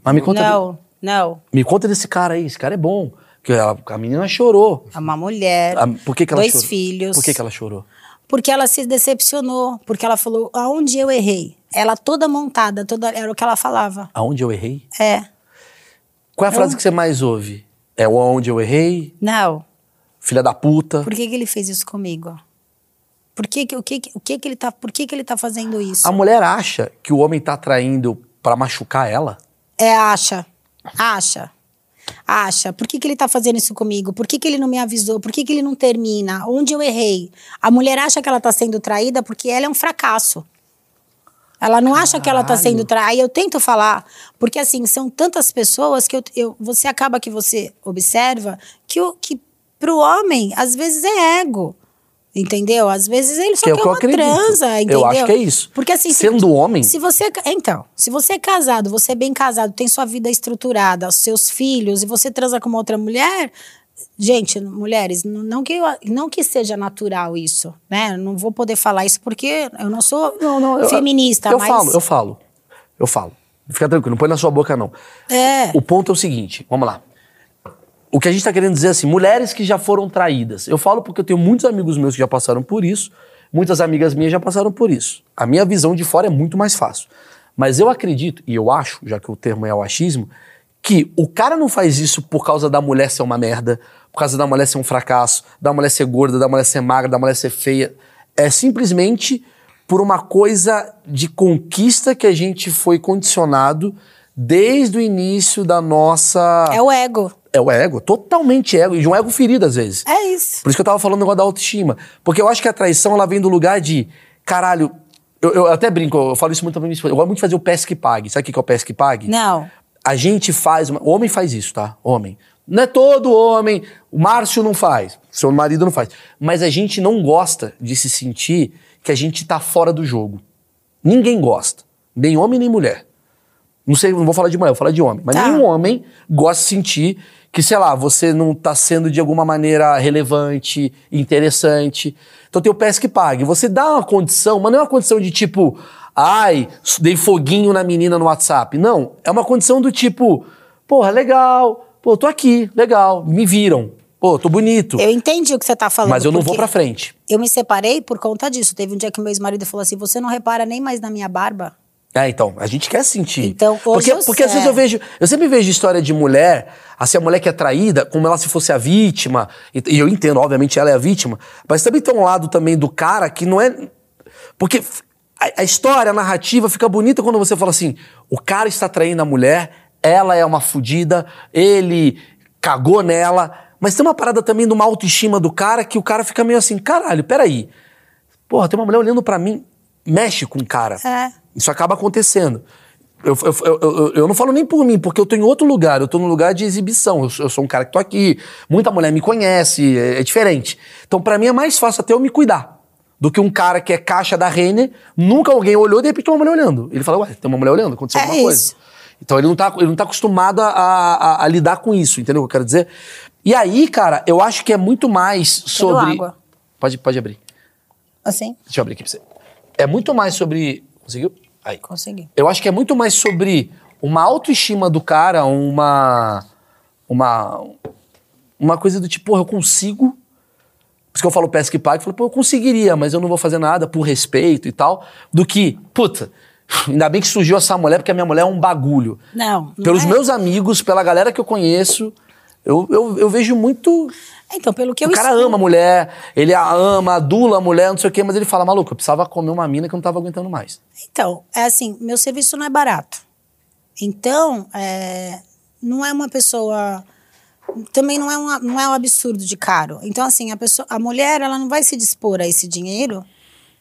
Mas me conta,
não, não.
me conta desse cara aí. Esse cara é bom. Porque ela- a menina chorou.
É uma mulher,
Ah, Por que, que ela
dois
chorou?
filhos.
Por que, que ela chorou?
Porque ela se decepcionou, porque ela falou, aonde eu errei? Ela toda montada, toda era o que ela falava.
Aonde eu errei?
É,
Qual é a
um
frase que você mais ouve? É o aonde eu errei?
não.
Filha da puta.
Por que, que ele fez isso comigo? Por que, que, o que, que- o que, que ele tá, por que, que ele tá fazendo isso?
A mulher acha que o homem tá traindo pra machucar ela?
É, acha. Acha. Acha. Por que, que ele tá fazendo isso comigo? Por que, que ele não me avisou? Por que, que ele não termina? Onde eu errei? A mulher acha que ela tá sendo traída porque ela é um fracasso. Ela não acha que ela tá
Caralho.
sendo traída. Aí eu tento falar, porque assim, são tantas pessoas que eu, eu- você acaba que você observa que, o, que pro homem, às vezes é ego. Entendeu? Às vezes ele só
que é o
quer
que eu
uma
acredito.
transa, entendeu?
Eu acho que é isso.
Porque assim, se-
Sendo homem,
se você é ca- então, se você é casado, você é bem casado, tem sua vida estruturada, os seus filhos e você transa com uma outra mulher, gente, n- mulheres, n- não que eu a- não que seja natural isso, né? Eu Não vou poder falar isso porque eu não sou
eu-
feminista,
eu
mas
falo, eu falo. Eu falo. Fica tranquilo, não põe na sua boca, não.
é,
O ponto é o seguinte, vamos lá. O que a gente tá querendo dizer é assim, mulheres que já foram traídas. Eu falo porque eu tenho muitos amigos meus que já passaram por isso, muitas amigas minhas já passaram por isso. A minha visão de fora é muito mais fácil. Mas eu acredito, e eu acho, já que o termo é o achismo, que o cara não faz isso por causa da mulher ser uma merda, por causa da mulher ser um fracasso, da mulher ser gorda, da mulher ser magra, da mulher ser feia. É simplesmente por uma coisa de conquista que a gente foi condicionado desde o início da nossa.
é o ego.
É o ego, totalmente ego, e de um ego ferido às vezes.
É isso.
Por isso que eu tava falando o negócio da autoestima. Porque eu acho que a traição, ela vem do lugar de, caralho, eu, eu até brinco, eu falo isso muito pra minha esposa, eu gosto muito de fazer o peça que pague. Sabe o que que é o peça que pague?
Não.
A gente faz, uma- o homem faz isso, tá? Homem. Não é todo homem, o Márcio não faz, seu marido não faz. Mas a gente não gosta de se sentir que a gente tá fora do jogo. Ninguém gosta, nem homem nem mulher. Não sei, não vou falar de mulher, vou falar de homem. Mas
Tá.
nenhum homem gosta de sentir que, sei lá, você não tá sendo de alguma maneira relevante, interessante. Então tem o PES que pague. Você dá uma condição, mas não é uma condição de tipo, ai, dei foguinho na menina no WhatsApp. Não, é uma condição do tipo, porra, legal, pô, tô aqui, legal, me viram, pô, tô bonito,
Eu entendi o que você tá falando.
mas eu não vou
porque
pra frente.
Eu me separei por conta disso. Teve um dia que meu ex-marido falou assim: "Você não repara nem mais na minha barba?"
É, então, a gente quer sentir.
Então, hoje
porque,
eu
porque às
sei.
vezes eu vejo, eu sempre vejo história de mulher, assim, a mulher que é traída, como ela se fosse a vítima, e, e eu entendo, obviamente ela é a vítima, mas também tem um lado também do cara que não é porque f- a, a história, a narrativa fica bonita quando você fala assim: o cara está traindo a mulher, ela é uma fudida, ele cagou nela, Mas tem uma parada também de uma autoestima do cara que o cara fica meio assim, caralho, peraí. Porra, tem uma mulher olhando pra mim, mexe com o cara.
É.
Isso acaba acontecendo. Eu, eu, eu, eu, eu não falo nem por mim, porque eu tô em outro lugar, eu tô num lugar de exibição. Eu, sou- eu sou um cara que tô aqui, muita mulher me conhece, é, é diferente. Então, pra mim, é mais fácil até eu me cuidar do que um cara que é caixa da Renner, nunca alguém olhou e de repente tem uma mulher olhando. Ele fala, ué, tem uma mulher olhando? Aconteceu
É
alguma
isso.
coisa. Então ele não tá, ele não tá acostumado a, a- a lidar com isso, entendeu o que eu quero dizer? E aí, cara, eu acho que é muito mais sobre.
água.
Pode, pode abrir.
Assim?
Deixa eu abrir aqui pra você. É muito mais sobre. Conseguiu? Aí.
Consegui.
Eu acho que é muito mais sobre uma autoestima do cara, uma. Uma. Uma coisa do tipo, porra, eu consigo. Por isso que eu falo pesca e pague, eu falo, pô, eu conseguiria, mas eu não vou fazer nada por respeito e tal. Do que, puta, ainda bem que surgiu essa mulher, porque a minha mulher é um bagulho.
Não, não
Pelos
é.
meus amigos, pela galera que eu conheço, eu, eu, eu vejo muito.
Então, pelo que eu
o cara
estudo-
ama a mulher, ele a ama, adula a mulher, não sei o quê, mas ele fala, maluco, eu precisava comer uma mina que eu não tava aguentando mais.
Então, é assim, meu serviço não é barato. Então, é, não é uma pessoa. Também não é, uma, não é um absurdo de caro. Então, assim, a, pessoa, a mulher, ela não vai se dispor a esse dinheiro,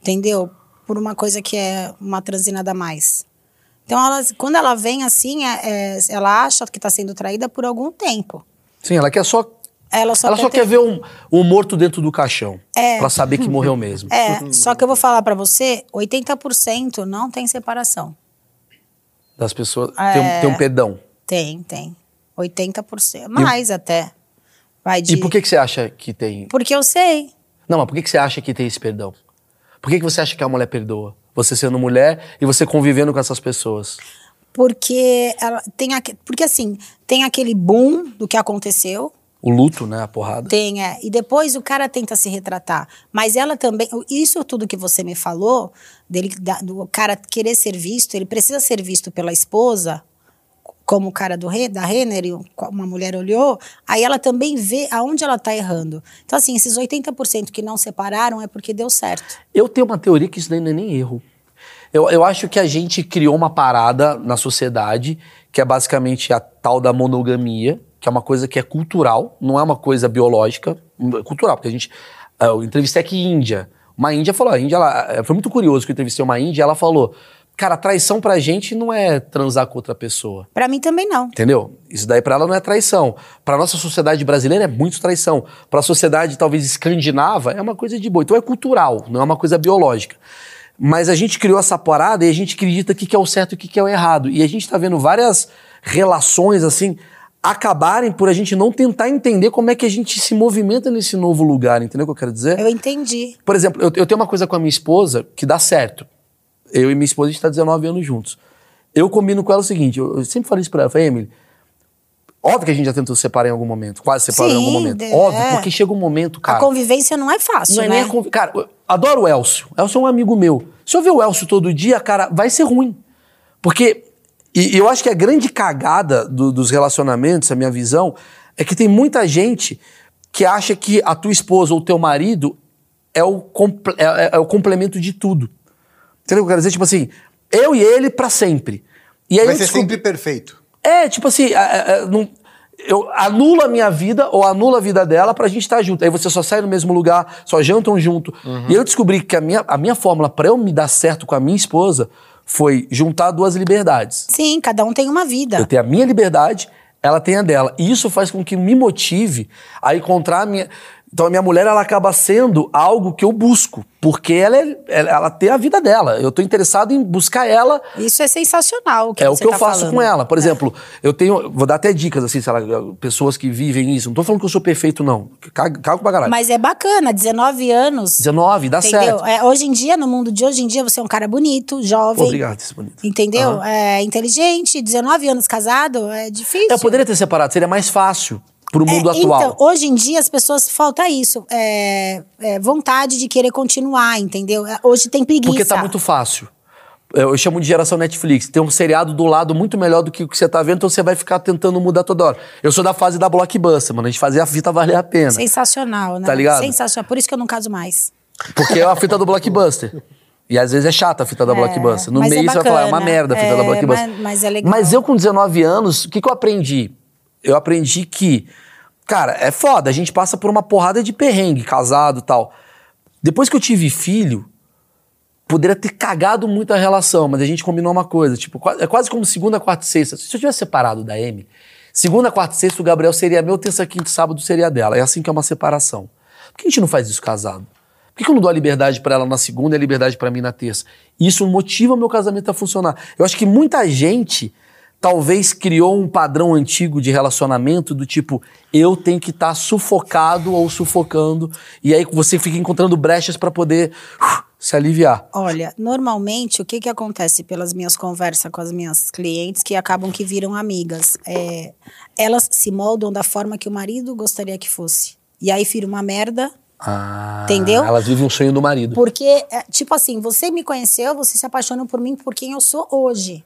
entendeu? Por uma coisa que é uma transinada a mais. Então, ela, quando ela vem assim, é- é, ela acha que está sendo traída por algum tempo.
Sim, ela quer só
Ela só
ela
quer
só
ter-
quer ver um, um morto dentro do caixão.
É.
Pra saber que morreu mesmo.
É, só que eu vou falar para você, 80% não tem separação.
Das pessoas.
É.
Tem, um, tem um perdão.
Tem, tem. 80%. Mais até. Vai de...
E por que, que você acha que tem.
Porque eu sei.
Não, mas por que, que você acha que tem esse perdão? Por que, que você acha que a mulher perdoa? Você sendo mulher e você convivendo com essas pessoas.
Porque ela tem aque... Porque assim, tem aquele boom do que aconteceu.
O luto, né? A porrada.
Tem, é. E depois o cara tenta se retratar. Mas ela também. Isso tudo que você me falou, dele, da- do cara querer ser visto, ele precisa ser visto pela esposa, como o cara do, Re- da Renner, e uma mulher olhou, aí ela também vê aonde ela tá errando. Então, assim, esses 80% que não separaram é porque deu certo.
Eu tenho uma teoria que isso daí não é nem erro. Eu, eu acho que a gente criou uma parada na sociedade que é basicamente a tal da monogamia, que é uma coisa que é cultural, não é uma coisa biológica, é cultural, porque a gente. ah, Eu entrevistei aqui Índia. Uma Índia falou, a Índia, ela, é, foi muito curioso que eu entrevistei uma Índia, ela falou, cara, traição pra gente não é transar com outra pessoa.
Pra mim também não.
Entendeu? Isso daí pra ela não é traição. Pra nossa sociedade brasileira é muito traição. Pra sociedade talvez escandinava é uma coisa de boa. Então é cultural, não é uma coisa biológica. Mas a gente criou essa parada e a gente acredita que que é o certo e que que é o errado. E a gente tá vendo várias relações assim acabarem por a gente não tentar entender como é que a gente se movimenta nesse novo lugar, entendeu o que eu quero dizer?
Eu entendi.
Por exemplo, eu, eu tenho uma coisa com a minha esposa que dá certo. Eu e minha esposa, a gente tá 19 anos juntos. Eu combino com ela o seguinte, eu, eu sempre falei isso pra ela, eu falei, Emily, óbvio que a gente já tentou separar em algum momento, quase separar em algum
Sim,
momento.
é.
Óbvio, porque chega um momento, cara...
a convivência não é fácil,
Não é
né?
nem a conv... Cara, eu adoro o Elcio. Elcio é um amigo meu. Se eu ver o Elcio todo dia, cara, vai ser ruim. Porque e e eu acho que a grande cagada do- dos relacionamentos, a minha visão, é que tem muita gente que acha que a tua esposa ou o teu marido é o, comple- é- é- é o complemento de tudo. Entendeu o que eu quero dizer? Tipo assim, eu e ele pra sempre. E aí
Vai
eu
ser
descobri-
sempre perfeito.
é, tipo assim, a- a- a- não- eu anulo a minha vida ou anulo a vida dela pra gente estar junto. Aí você só sai no mesmo lugar, só jantam junto. E eu descobri que a minha, a minha fórmula pra eu me dar certo com a minha esposa foi juntar duas liberdades.
Sim, cada um tem uma vida.
Eu tenho a minha liberdade, ela tem a dela. E isso faz com que me motive a encontrar a minha. Então a minha mulher ela acaba sendo algo que eu busco, porque ela, é- ela, ela tem a vida dela. Eu tô interessado em buscar ela
Isso é sensacional. O que
é o
você
que eu
tá
faço
falando.
com ela. Por exemplo, eu tenho. Vou dar até dicas, assim, sei lá, pessoas que vivem isso. Não tô falando que eu sou perfeito, não. Cago, cago pra caralho.
Mas é bacana, 19 anos.
19, dá
entendeu?
tá certo.
É, hoje em dia, no mundo de hoje em dia, você é um cara bonito, jovem.
Obrigado, isso é bonito.
Entendeu? É inteligente, 19 anos casado, é difícil.
Eu poderia ter separado, seria mais fácil pro
É,
mundo atual.
Então, hoje em dia as pessoas falta isso, é, é, vontade de querer continuar, entendeu? É, Hoje tem preguiça.
porque tá muito fácil. Eu eu chamo de geração Netflix. Tem um seriado do lado muito melhor do que o que você tá vendo, então você vai ficar tentando mudar toda hora. Eu sou da fase da blockbuster, mano. A gente fazia a fita valer a pena.
sensacional, né?
Tá ligado?
Sensacional. Por isso que eu não caso mais.
Porque é a fita do blockbuster. E às vezes é chata a fita da
É,
blockbuster. No
mas
meio
é
você vai falar, é uma
bacana.
merda a fita
É,
da blockbuster.
mas- mas é legal.
Mas eu com 19 anos, o que, que eu aprendi? Eu aprendi que, Cara, é foda. A gente passa por uma porrada de perrengue, casado e tal. Depois que eu tive filho, poderia ter cagado muito a relação, mas a gente combinou uma coisa. Tipo, qua- é quase como segunda, quarta e sexta. Se eu tivesse separado da M, segunda, quarta e sexta o Gabriel seria meu, terça, quinta e sábado seria dela. É assim que é uma separação. Por que a gente não faz isso casado? Por que que eu não dou a liberdade pra ela na segunda e a liberdade pra mim na terça? Isso motiva o meu casamento a funcionar. Eu acho que muita gente talvez criou um padrão antigo de relacionamento do tipo eu tenho que estar sufocado ou sufocando e aí você fica encontrando brechas pra poder uf, se aliviar.
Olha, normalmente o que, que acontece pelas minhas conversas com as minhas clientes que acabam que viram amigas? É, elas se moldam da forma que o marido gostaria que fosse. E aí vira uma merda,
Ah,
Entendeu?
Elas vivem o sonho do marido.
porque, é, tipo assim, você me conheceu, você se apaixonou por mim por quem eu sou hoje.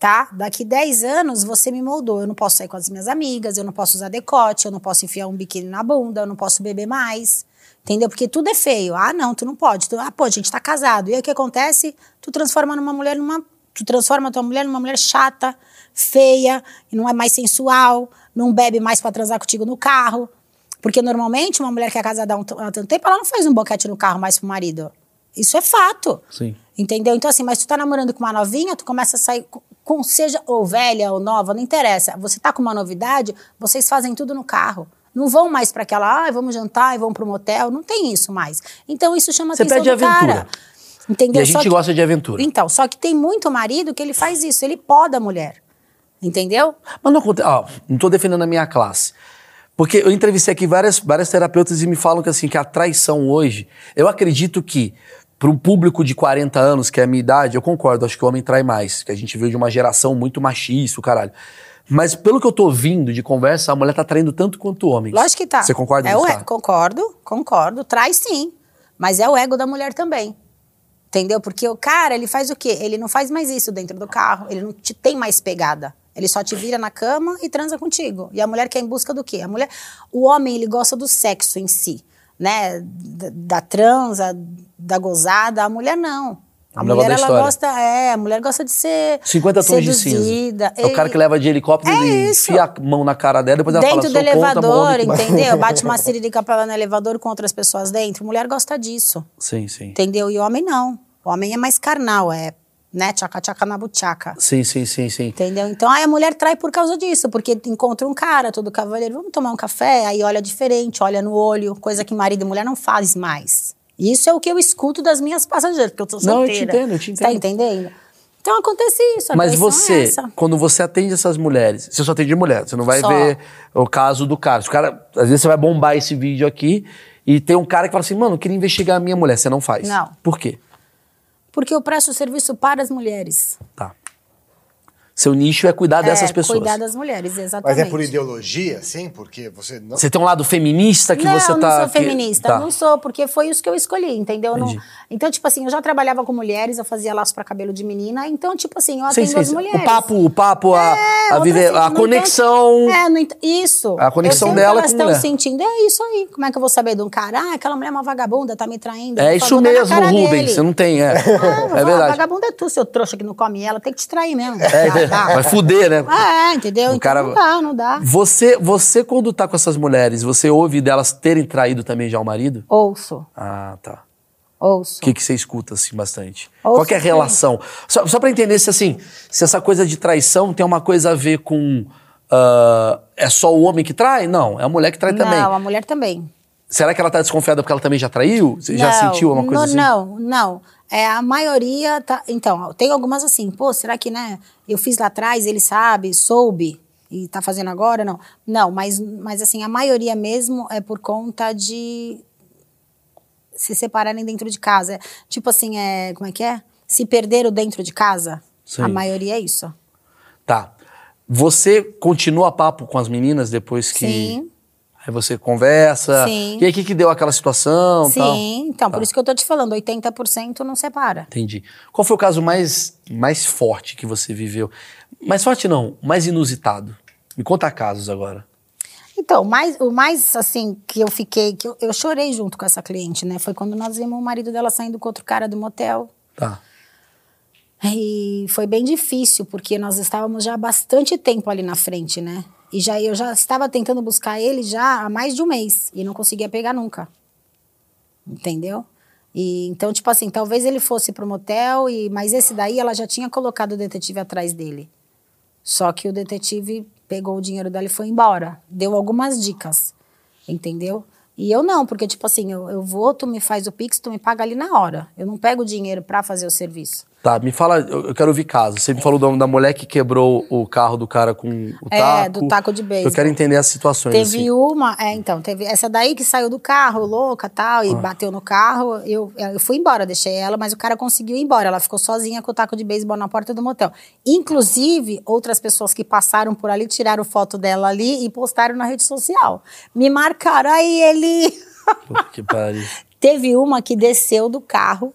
Tá? Daqui 10 anos você me moldou. Eu não posso sair com as minhas amigas, eu não posso usar decote, eu não posso enfiar um biquíni na bunda, eu não posso beber mais. Entendeu? Porque tudo é feio. Ah, não, tu não pode. Tu- ah, pô, a gente tá casado. E aí o que acontece? Tu transforma numa mulher numa. Tu transforma tua mulher numa mulher chata, feia, e não é mais sensual, não bebe mais pra transar contigo no carro. Porque normalmente uma mulher que é casada há um t- há tanto tempo, ela não faz um boquete no carro mais pro marido. Isso é fato.
Sim.
Entendeu? Então, assim, mas tu tá namorando com uma novinha, tu começa a sair com- com, seja ou velha ou nova, não interessa. Você tá com uma novidade, vocês fazem tudo no carro. Não vão mais pra aquela, ah, vamos jantar e vamos pro motel. Não tem isso mais. Então, isso chama
Você
atenção
pede
do cara.
aventura.
Entendeu?
E a
Só
gente
que-
gosta de aventura.
Então, só que tem muito marido que ele faz isso, ele poda a mulher. Entendeu?
Mas não acontece. Ó, não tô defendendo a minha classe. Porque eu entrevistei aqui várias, várias terapeutas e me falam que assim, que a traição hoje, eu acredito que para um público de 40 anos, que é a minha idade, eu concordo, acho que o homem trai mais, que a gente veio de uma geração muito machista, o caralho. Mas pelo que eu tô ouvindo de conversa, a mulher tá traindo tanto quanto o homem.
Lógico que tá.
Você concorda
é
com
o
isso?
ego, Concordo, concordo. Traz sim. Mas é o ego da mulher também. Entendeu? Porque o cara, ele faz o quê? Ele não faz mais isso dentro do carro. Ele não te tem mais pegada. Ele só te vira na cama e transa contigo. E a mulher quer em busca do quê? A mulher, o homem, ele gosta do sexo em si, né? Da, da transa, da gozada. A mulher não. A,
A mulher
mulher,
gosta da
ela
história.
gosta, é, a mulher gosta de ser
50 tons de
seduzida.
cinza. É o cara
E-
que leva de helicóptero
É
e
isso.
enfia a mão na cara dela, depois ela
dentro
fala,
do
"Sou contra, mas o homem
elevador,
que mais-"
entendeu? Bate uma siririca pra lá no elevador com outras pessoas dentro. Mulher gosta disso,
Sim, sim.
entendeu? E homem não. O homem é mais carnal, é, né? Tchaca, tchaca na buchaca.
Sim, sim, sim, sim.
Entendeu? Então, aí a mulher trai por causa disso, porque encontra um cara, todo cavaleiro, vamos tomar um café, aí olha diferente, olha no olho, coisa que marido e mulher não faz mais. Isso é o que eu escuto das minhas passageiras, porque eu tô
Não, eu te
solteira.
entendo, eu te
Tá
entendo.
entendendo? Então acontece isso. a
Mas
traição é
você,
essa.
quando você atende essas mulheres, você só atende mulher, você não vai
Só.
ver o caso do cara. Se o cara. Às vezes você vai bombar esse vídeo aqui e tem um cara que fala assim, mano, eu queria investigar a minha mulher, você não faz.
Não.
Por quê?
Porque eu presto serviço para as mulheres.
Tá. Seu nicho é cuidar dessas
É,
pessoas.
Cuidar das mulheres, exatamente.
Mas é por ideologia, sim? Porque você não...
Você tem um lado feminista que
não,
você tá.
não sou
que-
feminista,
tá.
não sou, porque foi isso que eu escolhi, entendeu? Eu não-
Entendi.
então, tipo assim, eu já trabalhava com mulheres, eu fazia laço pra cabelo de menina, então, tipo assim, eu
Sim,
atendo
sim,
as
sim.
mulheres.
O papo, o papo, a, a,
outra
vive-
assim,
a
não
conexão.
tem- é, não ent- isso.
A conexão
eu sei o que
dela
elas
com
tão
mulher.
sentindo, é isso aí. Como é que eu vou saber de um cara? Ah, aquela mulher é uma vagabunda, tá me traindo.
É,
Vou
isso
falar, vou dar na
mesmo,
cara
Rubens.
dele.
Você não tem, é.
Ah, eu vou
é
falar,
verdade.
Vagabunda é tu, seu trouxa que não come ela, tem que te trair mesmo.
É,
Ah, tá.
vai fuder, né?
Ah, é, entendeu?
O
Então
cara-
não dá, não dá.
Você, você, quando tá com essas mulheres, você ouve delas terem traído também já o marido?
Ouço,
Ah, tá.
ouço.
O que, que você escuta, assim, bastante?
Ouço
Qual que é a
sim.
relação? Só, só pra entender se, assim, se essa coisa de traição tem uma coisa a ver com... ah, é só o homem que trai? Não, é a mulher que trai também.
Não, a mulher também.
Será que ela tá desconfiada porque ela também já traiu? Você já
Não,
sentiu alguma coisa
não,
assim?
Não, não. É, a maioria tá. Então, tem algumas assim, pô, será que, né? Eu fiz lá atrás, ele sabe, soube e tá fazendo agora? Não. Não, mas, mas assim, a maioria mesmo é por conta de se separarem dentro de casa. É, Tipo assim, é, como é que é? Se perderam dentro de casa.
Sim.
A maioria é isso.
Tá. Você continua papo com as meninas depois que...
Sim.
Aí você conversa.
Sim.
E aí, o que, que deu aquela situação? tal?
Sim, então, por
Tá.
isso que eu tô te falando, 80% não separa.
Entendi. Qual foi o caso mais, mais forte que você viveu? Mais forte não, mais inusitado. Me conta casos agora.
Então, mais, o mais assim que eu fiquei, que eu, eu chorei junto com essa cliente, né? Foi quando nós vimos o marido dela saindo com outro cara do motel.
Tá.
E foi bem difícil, porque nós estávamos já há bastante tempo ali na frente, né? E já eu já estava tentando buscar ele já há mais de um mês e não conseguia pegar nunca. Entendeu? E então tipo assim, talvez ele fosse para o motel e mas esse daí ela já tinha colocado o detetive atrás dele. Só que o detetive pegou o dinheiro dela e foi embora. Deu algumas dicas. Entendeu? E eu não, porque tipo assim, eu, eu vou, tu me faz o pix, tu me paga ali na hora. Eu não pego o dinheiro para fazer o serviço.
Tá, me fala, eu eu quero ouvir caso. Você me falou da, da mulher que quebrou o carro do cara com o
É,
taco.
do taco de beisebol.
Eu quero entender as situações,
Teve
assim.
uma, é, então, teve essa daí que saiu do carro, louca tal, e
Ah.
bateu no carro. Eu, eu fui embora, deixei ela, mas o cara conseguiu ir embora. Ela ficou sozinha com o taco de beisebol na porta do motel. Inclusive, outras pessoas que passaram por ali tiraram foto dela ali e postaram na rede social. Me marcaram, aí ele.
Puta que pariu.
Teve uma que desceu do carro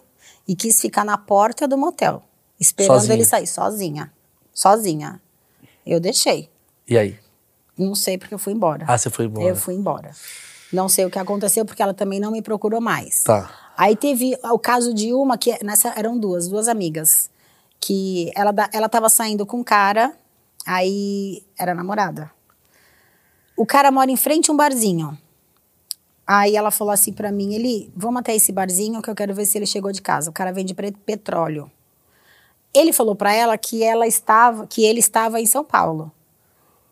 e quis ficar na porta do motel, esperando
Sozinha.
ele sair, sozinha. Sozinha. Eu deixei.
E aí?
Não sei porque eu fui embora.
Ah, você foi embora.
Eu fui embora. Não sei o que aconteceu, porque ela também não me procurou mais.
Tá.
Aí teve o caso de uma que. Nessa eram duas, duas amigas. Que ela, da- ela tava saindo com um cara, aí era namorada. O cara mora em frente a um barzinho. Aí ela falou assim pra mim, ele, vamos até esse barzinho que eu quero ver se ele chegou de casa. O cara vende pre- petróleo. Ele falou pra ela que ela estava, que ele estava em São Paulo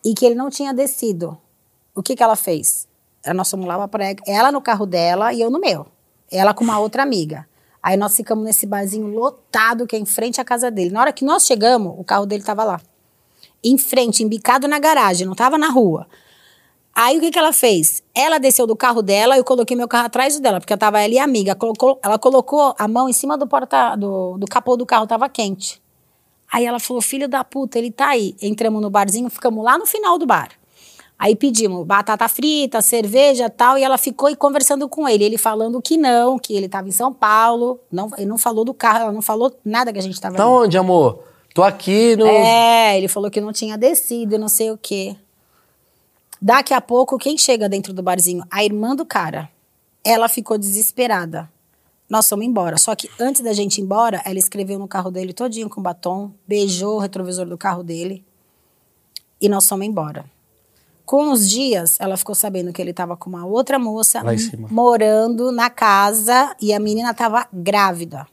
e que ele não tinha descido. O que que ela fez? Eh, Nós fomos lá pra praia, ela no carro dela e eu no meu. Ela com uma outra amiga. Aí nós ficamos nesse barzinho lotado que é em frente à casa dele. Na hora que nós chegamos, o carro dele tava lá. Em frente, embicado na garagem, não tava na rua. Aí o que, que ela fez? Ela desceu do carro dela, eu coloquei meu carro atrás do dela, porque eu tava ela e a amiga. Colocou- ela colocou a mão em cima do porta do, do capô do carro, tava quente. Aí ela falou: filho da puta, ele tá aí. Entramos no barzinho, ficamos lá no final do bar. Aí pedimos batata frita, cerveja tal, e ela ficou aí conversando com ele. Ele falando que não, que ele tava em São Paulo. Não, ele não falou do carro, ela não falou nada que a gente tava
Tá onde, amor? Tô aqui no...
é, ele falou que não tinha descido, não sei o quê. Daqui a pouco, quem chega dentro do barzinho? A irmã do cara. Ela ficou desesperada. Nós fomos embora. Só que antes da gente ir embora, ela escreveu no carro dele todinho com batom, beijou o retrovisor do carro dele e nós fomos embora. Com os dias, ela ficou sabendo que ele estava com uma outra moça
Lá em cima.
morando na casa e a menina estava grávida.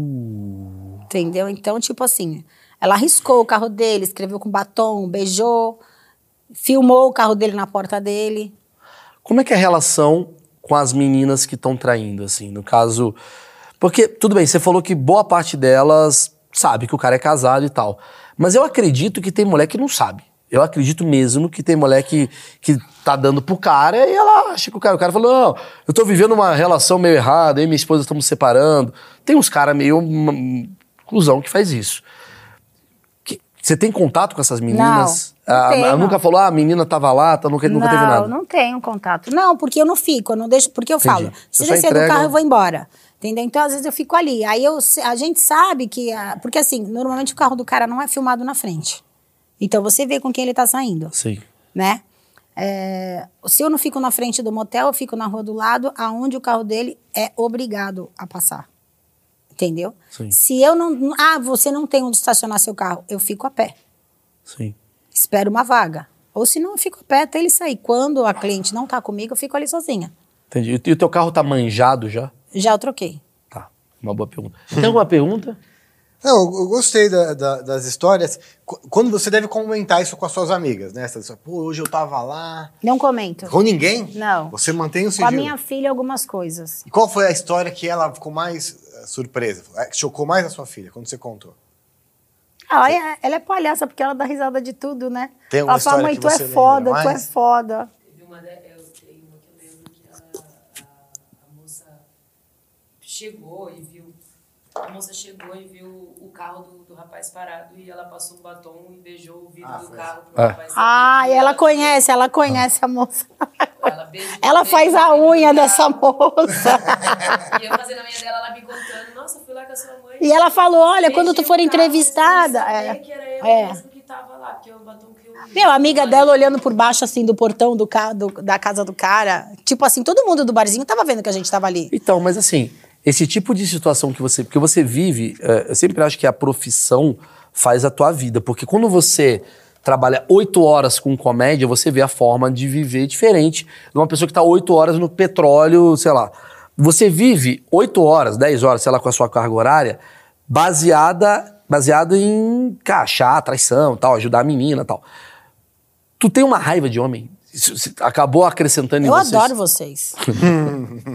Uh.
Entendeu? Então, tipo assim, ela arriscou o carro dele, escreveu com batom, beijou, filmou o carro dele na porta dele.
Como é que é a relação com as meninas que estão traindo, assim? No caso. Porque, tudo bem, você falou que boa parte delas sabe que o cara é casado e tal. Mas eu acredito que tem mulher que não sabe. Eu acredito mesmo que tem mulher que, que tá dando pro cara e ela acha que o cara. O cara falou: não, eu tô vivendo uma relação meio errada, eu e minha esposa estamos separando. Tem uns caras meio. hum, cuzão que faz isso. Que- Você tem contato com essas meninas?
não
Ah,
tenho.
nunca falou, ah, a menina tava lá, tá, nunca, nunca teve nada.
Não, não tenho contato. Não, porque eu não fico, eu não deixo, porque eu
Entendi.
falo,
Você
se
só
descer
entrega- um
do carro, eu vou embora. Entendeu? Então, às vezes, eu fico ali. Aí eu, se- a gente sabe que. a- Porque assim, normalmente o carro do cara não é filmado na frente. Então você vê com quem ele tá saindo,
Sim.
né? É, se eu não fico na frente do motel, eu fico na rua do lado, aonde o carro dele é obrigado a passar. Entendeu?
Sim.
Se eu não. Ah, você não tem onde estacionar seu carro, eu fico a pé
Sim.
espero uma vaga. Ou se não, eu fico perto até ele sair. Quando a cliente não tá comigo, eu fico ali sozinha.
Entendi. E o teu carro tá manjado já?
Já eu troquei.
Tá. Uma boa pergunta. Tem alguma pergunta?
Não, eu eu gostei da- da- das histórias. Qu- Quando você deve comentar isso com as suas amigas, né? Você diz, Pô, hoje eu tava lá.
Não comento.
Com ninguém?
Não.
Você mantém o
Com a
sigilo.
minha filha, algumas coisas.
E qual foi a história que ela ficou mais eh, surpresa? eh, Que chocou mais a sua filha, quando você contou?
Ela é, ela é palhaça, porque ela dá risada de tudo, né?
Tem alguma
ela fala,
história
mãe,
que
tu é
você lembra
foda, tu é
mais?"
foda.
Teve uma, da- eu tenho uma que eu lembro que a, a- a moça chegou e viu. A moça chegou e viu o carro do, do rapaz parado e ela passou um batom e beijou o vidro
Ah,
do
foi
carro
Ah.
pro rapaz. saber
Ah,
que
e ela conhece, ela conhece a moça.
Ela, beijou,
Ela faz a
beijou o
unha
carro.
dessa moça.
E eu fazendo a unha dela, ela me contando, nossa, eu fui lá com a sua mãe.
E ela falou, olha, quando tu
beijei o
for
carro,
entrevistada...
eu
é.
sabia que era eu
É.
mesmo que tava lá, porque é um batom que eu...
Meu, a amiga dela olhando por baixo, assim, do portão do ca- do- da casa do cara. Tipo assim, todo mundo do barzinho tava vendo que a gente tava ali.
Então, mas assim, esse tipo de situação que você. é, Porque você vive. eh, eu sempre acho que a profissão faz a tua vida. Porque quando você trabalha oito horas com comédia, você vê a forma de viver diferente de uma pessoa que está oito horas no petróleo, sei lá. Você vive oito horas, dez horas, sei lá, com a sua carga horária, baseada baseado em cachar, traição, tal, ajudar a menina, tal. Tu tem uma raiva de homem? Isso- isso acabou acrescentando
Eu
em vocês.
adoro vocês.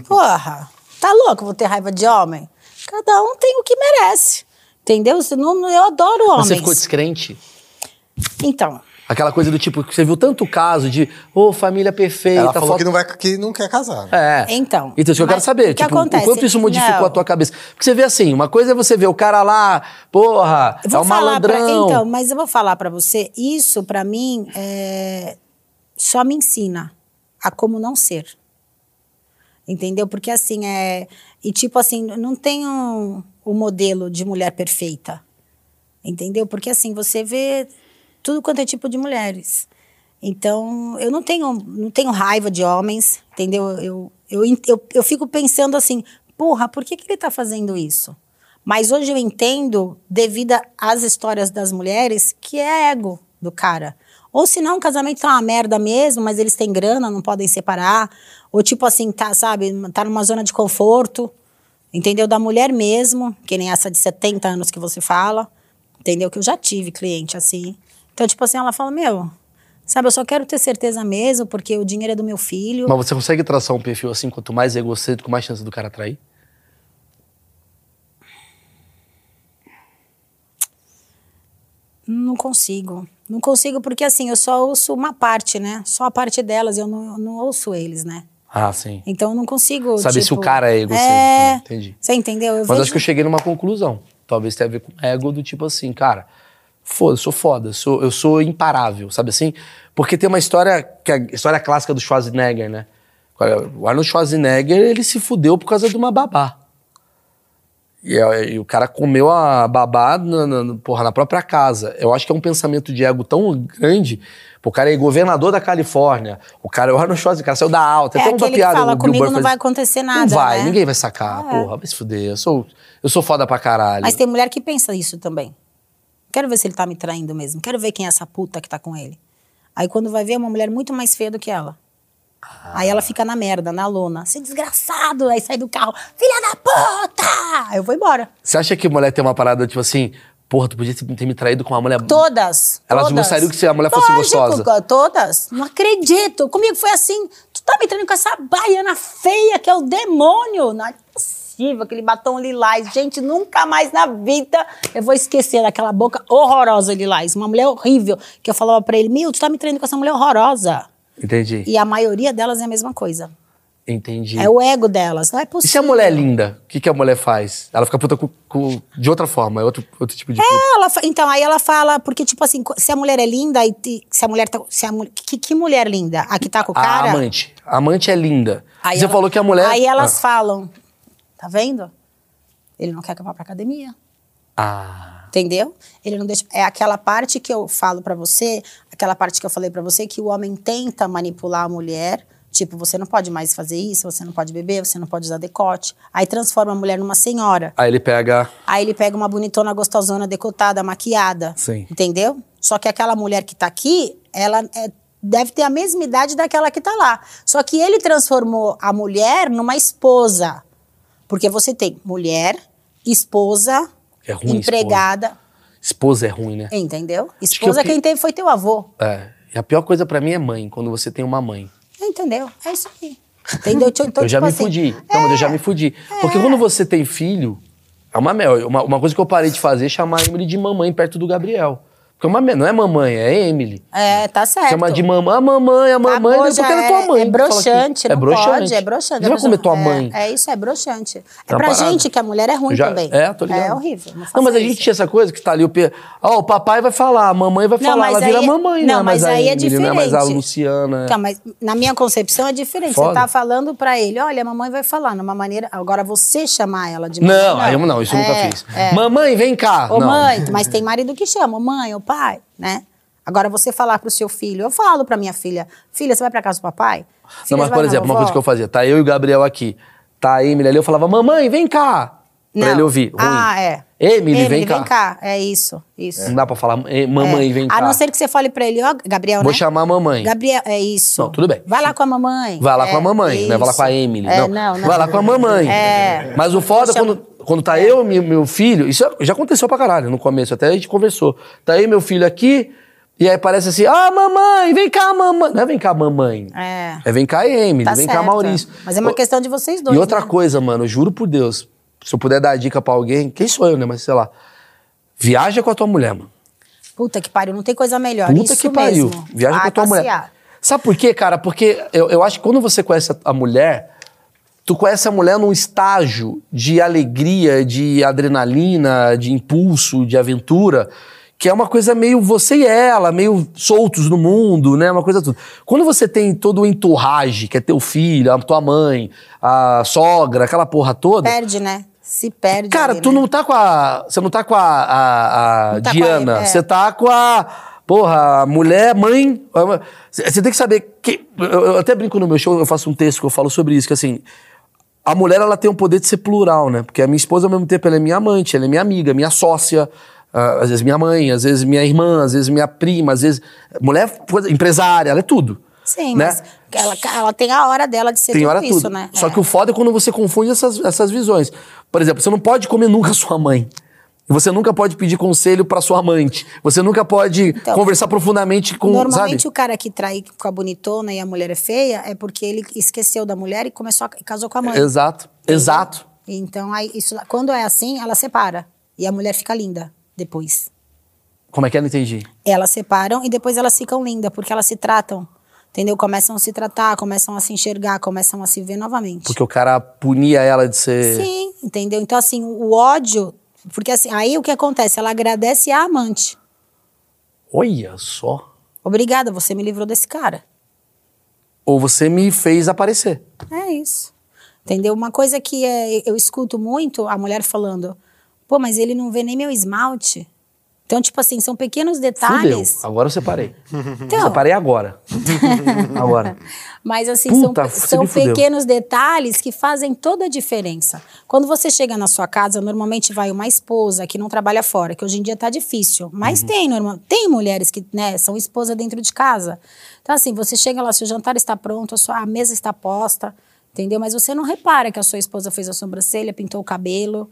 Porra, tá louco? Vou ter raiva de homem? Cada um tem o que merece. Entendeu? Se não- Eu adoro
Mas
homens.
Você ficou descrente?
Então,
Aquela coisa do tipo, que você viu tanto caso de, ô, família perfeita,
Ela falou
foto-
que não, vai, que não quer casar. né?
É.
Então,
Então, isso que eu quero
mas
saber.
o que
tipo,
acontece?
o quanto isso modificou
Não.
a tua cabeça? Porque você vê assim, uma coisa é você ver o cara lá, porra,
eu
é
vou
um
falar pra,
malandrão.
então, mas eu vou falar pra você, isso pra mim é, só me ensina a como não ser. Entendeu? Porque assim, é, e tipo assim, não tem um, um modelo de mulher perfeita. Entendeu? Porque assim, você vê tudo quanto é tipo de mulheres. Então, eu não tenho, não tenho raiva de homens, entendeu? Eu, eu, en- eu, eu fico pensando assim, porra, por que, que ele tá fazendo isso? Mas hoje eu entendo, devido às histórias das mulheres, que é ego do cara. Ou se não, o casamento tá uma merda mesmo, mas eles têm grana, não podem separar. Ou tipo assim, tá, sabe, tá numa zona de conforto, entendeu? Da mulher mesmo, que nem essa de 70 anos que você fala, entendeu? Que eu já tive cliente assim. Então, tipo assim, ela fala, meu, sabe, eu só quero ter certeza mesmo, porque o dinheiro é do meu filho.
Mas você consegue traçar um perfil assim, quanto mais egocêntrico, mais chance do cara trair?
Não consigo. Não consigo, porque assim, eu só ouço uma parte, né? Só a parte delas, eu não, eu não ouço eles, né?
Ah, sim.
Então eu não consigo.
Saber se
tipo,
o cara é egocêntrico, né?
É.
entendi.
Você entendeu? Eu
Mas
vejo-
acho que eu cheguei numa conclusão. Talvez tenha a ver com ego do tipo assim, cara, foda, sou foda, sou, eu sou imparável, sabe assim? Porque tem uma história, que é a história clássica do Schwarzenegger, né? O Arnold Schwarzenegger, ele se fudeu por causa de uma babá. E, é- e o cara comeu a babá na, na- na- porra, na própria casa. Eu acho que é um pensamento de ego tão grande. Pô, o cara é governador da Califórnia. O cara, o Arnold Schwarzenegger, o cara saiu da alta.
É
Até uma
aquele que
piada
fala,
o Bill
"Comigo
Burr
não
faz-
vai acontecer
Não
nada,
vai,
né?
ninguém vai sacar. Porra, vai se fuder. Eu sou, eu sou foda pra caralho.
Mas tem mulher que pensa isso também. Quero ver se ele tá me traindo mesmo. Quero ver quem é essa puta que tá com ele. Aí quando vai ver, é uma mulher muito mais feia do que ela. Aí ela fica na merda, na lona. Você desgraçado! Aí sai do carro. Filha da puta! Aí eu vou embora.
Você acha que mulher tem uma parada tipo assim, porra, tu podia ter me traído com uma mulher.
Todas.
Elas
todas.
gostariam que se a mulher fosse
Lógico,
gostosa.
co- Todas. Não acredito. Comigo foi assim. Tu tá me traindo com essa baiana feia, que é o demônio. Não é possível, aquele batom lilás. Gente, nunca mais na vida eu vou esquecer daquela boca horrorosa lilás. Uma mulher horrível. Que eu falava pra ele, meu, tu tá me traindo com essa mulher horrorosa.
Entendi.
E a maioria delas é a mesma coisa.
Entendi.
É o ego delas. Não é
E
possível.
se a mulher é linda, o que, que a mulher faz? Ela fica puta com, com- de outra forma, é outro, outro tipo de puta.
Ela fa- então, aí ela fala, porque, tipo assim, co- se a mulher é linda, e te- se a mulher tá. Se a, mu- que, que mulher linda? A que tá com o cara?
A amante. A amante é linda.
Aí
Você
ela-
falou que a mulher. Ah.
Aí elas falam, tá vendo? Ele não quer que eu vá pra academia,
Ah. Ah.
entendeu? Ele não deixa. É aquela parte que eu falo pra você, aquela parte que eu falei pra você que o homem tenta manipular a mulher. Tipo, você não pode mais fazer isso, você não pode beber, você não pode usar decote. Aí transforma a mulher numa senhora.
Aí ele pega.
Aí ele pega uma bonitona gostosona, decotada, maquiada.
Sim.
Entendeu? Só que aquela mulher que tá aqui, ela é- deve ter a mesma idade daquela que tá lá. Só que ele transformou a mulher numa esposa. Porque você tem mulher, esposa,
É ruim,
empregada.
Esposa é ruim, né?
Entendeu?
que
Esposa
eu pi-
quem teve foi teu avô.
É. E a pior coisa pra mim é mãe, quando você tem uma mãe.
Entendeu? É isso aí. Entendeu? Então,
eu já
tipo
me
assim, é.
fudi. Não, mas eu já me fudi. Porque quando você tem filho, é uma mel. Uma, uma coisa que eu parei de fazer é chamar a Emily de mamãe perto do Gabriel. Porque é uma, mel- não é mamãe, é Emily.
É, tá certo.
Chama de mamãe, a mamãe, a mamãe,
Acabou,
porque
já
ela é tua mãe.
É broxante,
Fala que-
não pode, é broxante.
Você vai comer tua
É,
mãe.
É, isso, é broxante. É,
uma
pra
parada.
gente que a mulher é ruim
Já-
também.
É, tô ligado.
É horrível. Não,
Não,
faça
mas a
isso.
gente tinha essa coisa que tá ali o P. Ó, o papai vai falar, a mamãe vai
Não,
falar,
mas
ela vira
aí-
mamãe,
não,
né?
mas
a
aí é
Emily, né? Mas a
diferente.
Luciana.
Então, mas na minha concepção é diferente.
Foda.
Você tá falando pra ele, olha, a mamãe vai falar numa maneira. Agora você chamar ela de mamãe.
Não, aí eu não, isso eu nunca
É,
fiz.
É.
Mamãe, vem cá.
Ô
não.
mãe, mas tem marido que chama, ô mãe, ô pai, né? Agora você falar pro seu filho, eu falo pra minha filha, filha, você vai pra casa do papai? Filha,
Não, mas,
você vai
por
na
exemplo, uma
vovó?"
coisa que eu fazia, tá eu e o Gabriel aqui, tá a Emily ali, eu falava, mamãe, vem cá. Pra
Não.
ele ouvir. Ruim.
Ah, é.
Emily, vem,
Emily,
cá.
É isso, isso.
Não dá pra falar, "Eh, mamãe,
É.
vem
A
cá.
não ser que você fale pra ele, ó, Gabriel,
Vou
né?
chamar a mamãe.
Gabriel, é isso.
Não, tudo bem.
Vai lá com a mamãe.
Vai lá
É,
com a mamãe, né? Vai lá
isso.
com a Emily.
É,
não.
não, não.
Vai lá com a mamãe.
É.
Mas o foda, quando, quando tá eu e meu filho, isso é, já aconteceu pra caralho no começo, até a gente conversou. Tá eu e meu filho aqui, e aí parece assim, ah, mamãe, vem cá, mamãe. Não é vem cá, mamãe.
É.
É vem cá, Emily,
Tá
vem cá,
certo.
Maurício.
Mas é uma
Ô,
questão de vocês dois.
E outra
né?
coisa, mano, juro por Deus, se eu puder dar dica pra alguém, quem sou eu, né? Mas sei lá. Viaja com a tua mulher, mano.
Puta que pariu, não tem coisa melhor.
Puta
isso
que pariu.
Mesmo. Ah,
Viaja com
Vai
a tua mulher.
passear.
Sabe por quê, cara? Porque eu, eu acho que quando você conhece a- a mulher, tu conhece a mulher num estágio de alegria, de adrenalina, de impulso, de aventura, que é uma coisa meio você e ela, meio soltos no mundo, né? Uma coisa tudo. Quando você tem todo o entorrage, que é teu filho, a tua mãe, a sogra, aquela porra toda.
Perde, né? Se perde.
Cara,
ali,
tu
né?
não tá com a. Você não tá com a, a- a
Não tá com a-
Diana.
é.
Você tá com a. Porra, a mulher, mãe. Você tem que saber. Que, eu, eu até brinco no meu show, eu faço um texto que eu falo sobre isso, que assim. A mulher, ela tem o poder de ser plural, né? Porque a minha esposa, ao mesmo tempo, ela é minha amante, ela é minha amiga, minha sócia, ah, às vezes minha mãe, às vezes minha irmã, às vezes minha prima, às vezes. Mulher, coisa- empresária, ela é tudo.
Sim,
né?
mas ela, ela tem a hora dela de ser
Tem
tudo
hora
isso,
tudo.
né?
Só
É.
que o foda é quando você confunde essas, essas visões. Por exemplo, você não pode comer nunca sua mãe. Você nunca pode pedir conselho pra sua amante. Você nunca pode
Então,
conversar profundamente com,
Normalmente
sabe?
o cara que trai com a bonitona e a mulher é feia é porque ele esqueceu da mulher e começou a, casou com a mãe.
Exato. Exato.
Então, aí, isso, quando é assim, ela separa. E a mulher fica linda depois.
Como é que é? Não entendi.
Elas separam e depois elas ficam lindas, porque elas se tratam. Entendeu? Começam a se tratar, começam a se enxergar, começam a se ver novamente.
Porque o cara punia ela de ser.
Sim, entendeu? Então, assim, o ódio. Porque assim, aí o que acontece? Ela agradece a amante.
Olha só.
Obrigada, você me livrou desse cara.
Ou você me fez aparecer.
É isso. Entendeu? Uma coisa que é, eu escuto muito a mulher falando: pô, mas ele não vê nem meu esmalte. Então, tipo assim, são pequenos
Fudeu.
detalhes.
Agora eu separei.
Então.
Separei agora. agora.
Mas assim,
Puta, você
são,
me
são
fudeu.
pequenos detalhes que fazem toda a diferença. Quando você chega na sua casa, normalmente vai uma esposa que não trabalha fora, que hoje em dia tá difícil. Mas
Uhum.
tem, normal, tem mulheres que né, são esposa dentro de casa. Então, assim, você chega lá, seu jantar está pronto, a, sua, a mesa está posta, entendeu? Mas você não repara que a sua esposa fez a sobrancelha, pintou o cabelo.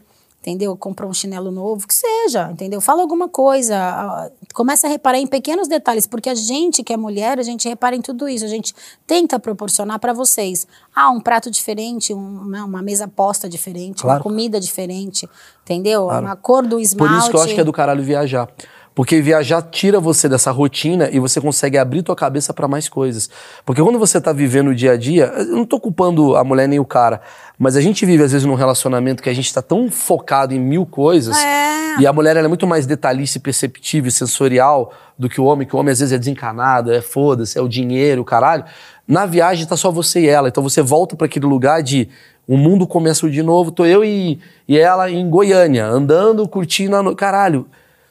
Entendeu? Comprou um chinelo novo, que seja, entendeu? Fala alguma coisa. ah, Começa a reparar em pequenos detalhes, porque a gente que é mulher, a gente repara em tudo isso. A gente tenta proporcionar para vocês. Ah, um prato diferente, um- né, uma mesa posta diferente,
Claro.
uma comida diferente, entendeu?
Claro.
Uma cor do
Por
esmalte.
isso que eu acho que é do caralho viajar. Porque viajar tira você dessa rotina e você consegue abrir tua cabeça pra mais coisas. Porque quando você tá vivendo o dia a dia, eu não tô culpando a mulher nem o cara, mas a gente vive às vezes num relacionamento que a gente tá tão focado em mil coisas
É.
e a mulher ela é muito mais detalhista, e perceptiva e sensorial do que o homem, que o homem às vezes é desencanado, é foda-se, é o dinheiro, o caralho. Na viagem tá só você e ela, então você volta pra aquele lugar de o mundo começa de novo, tô eu e, e ela em Goiânia, andando, curtindo a no... caralho.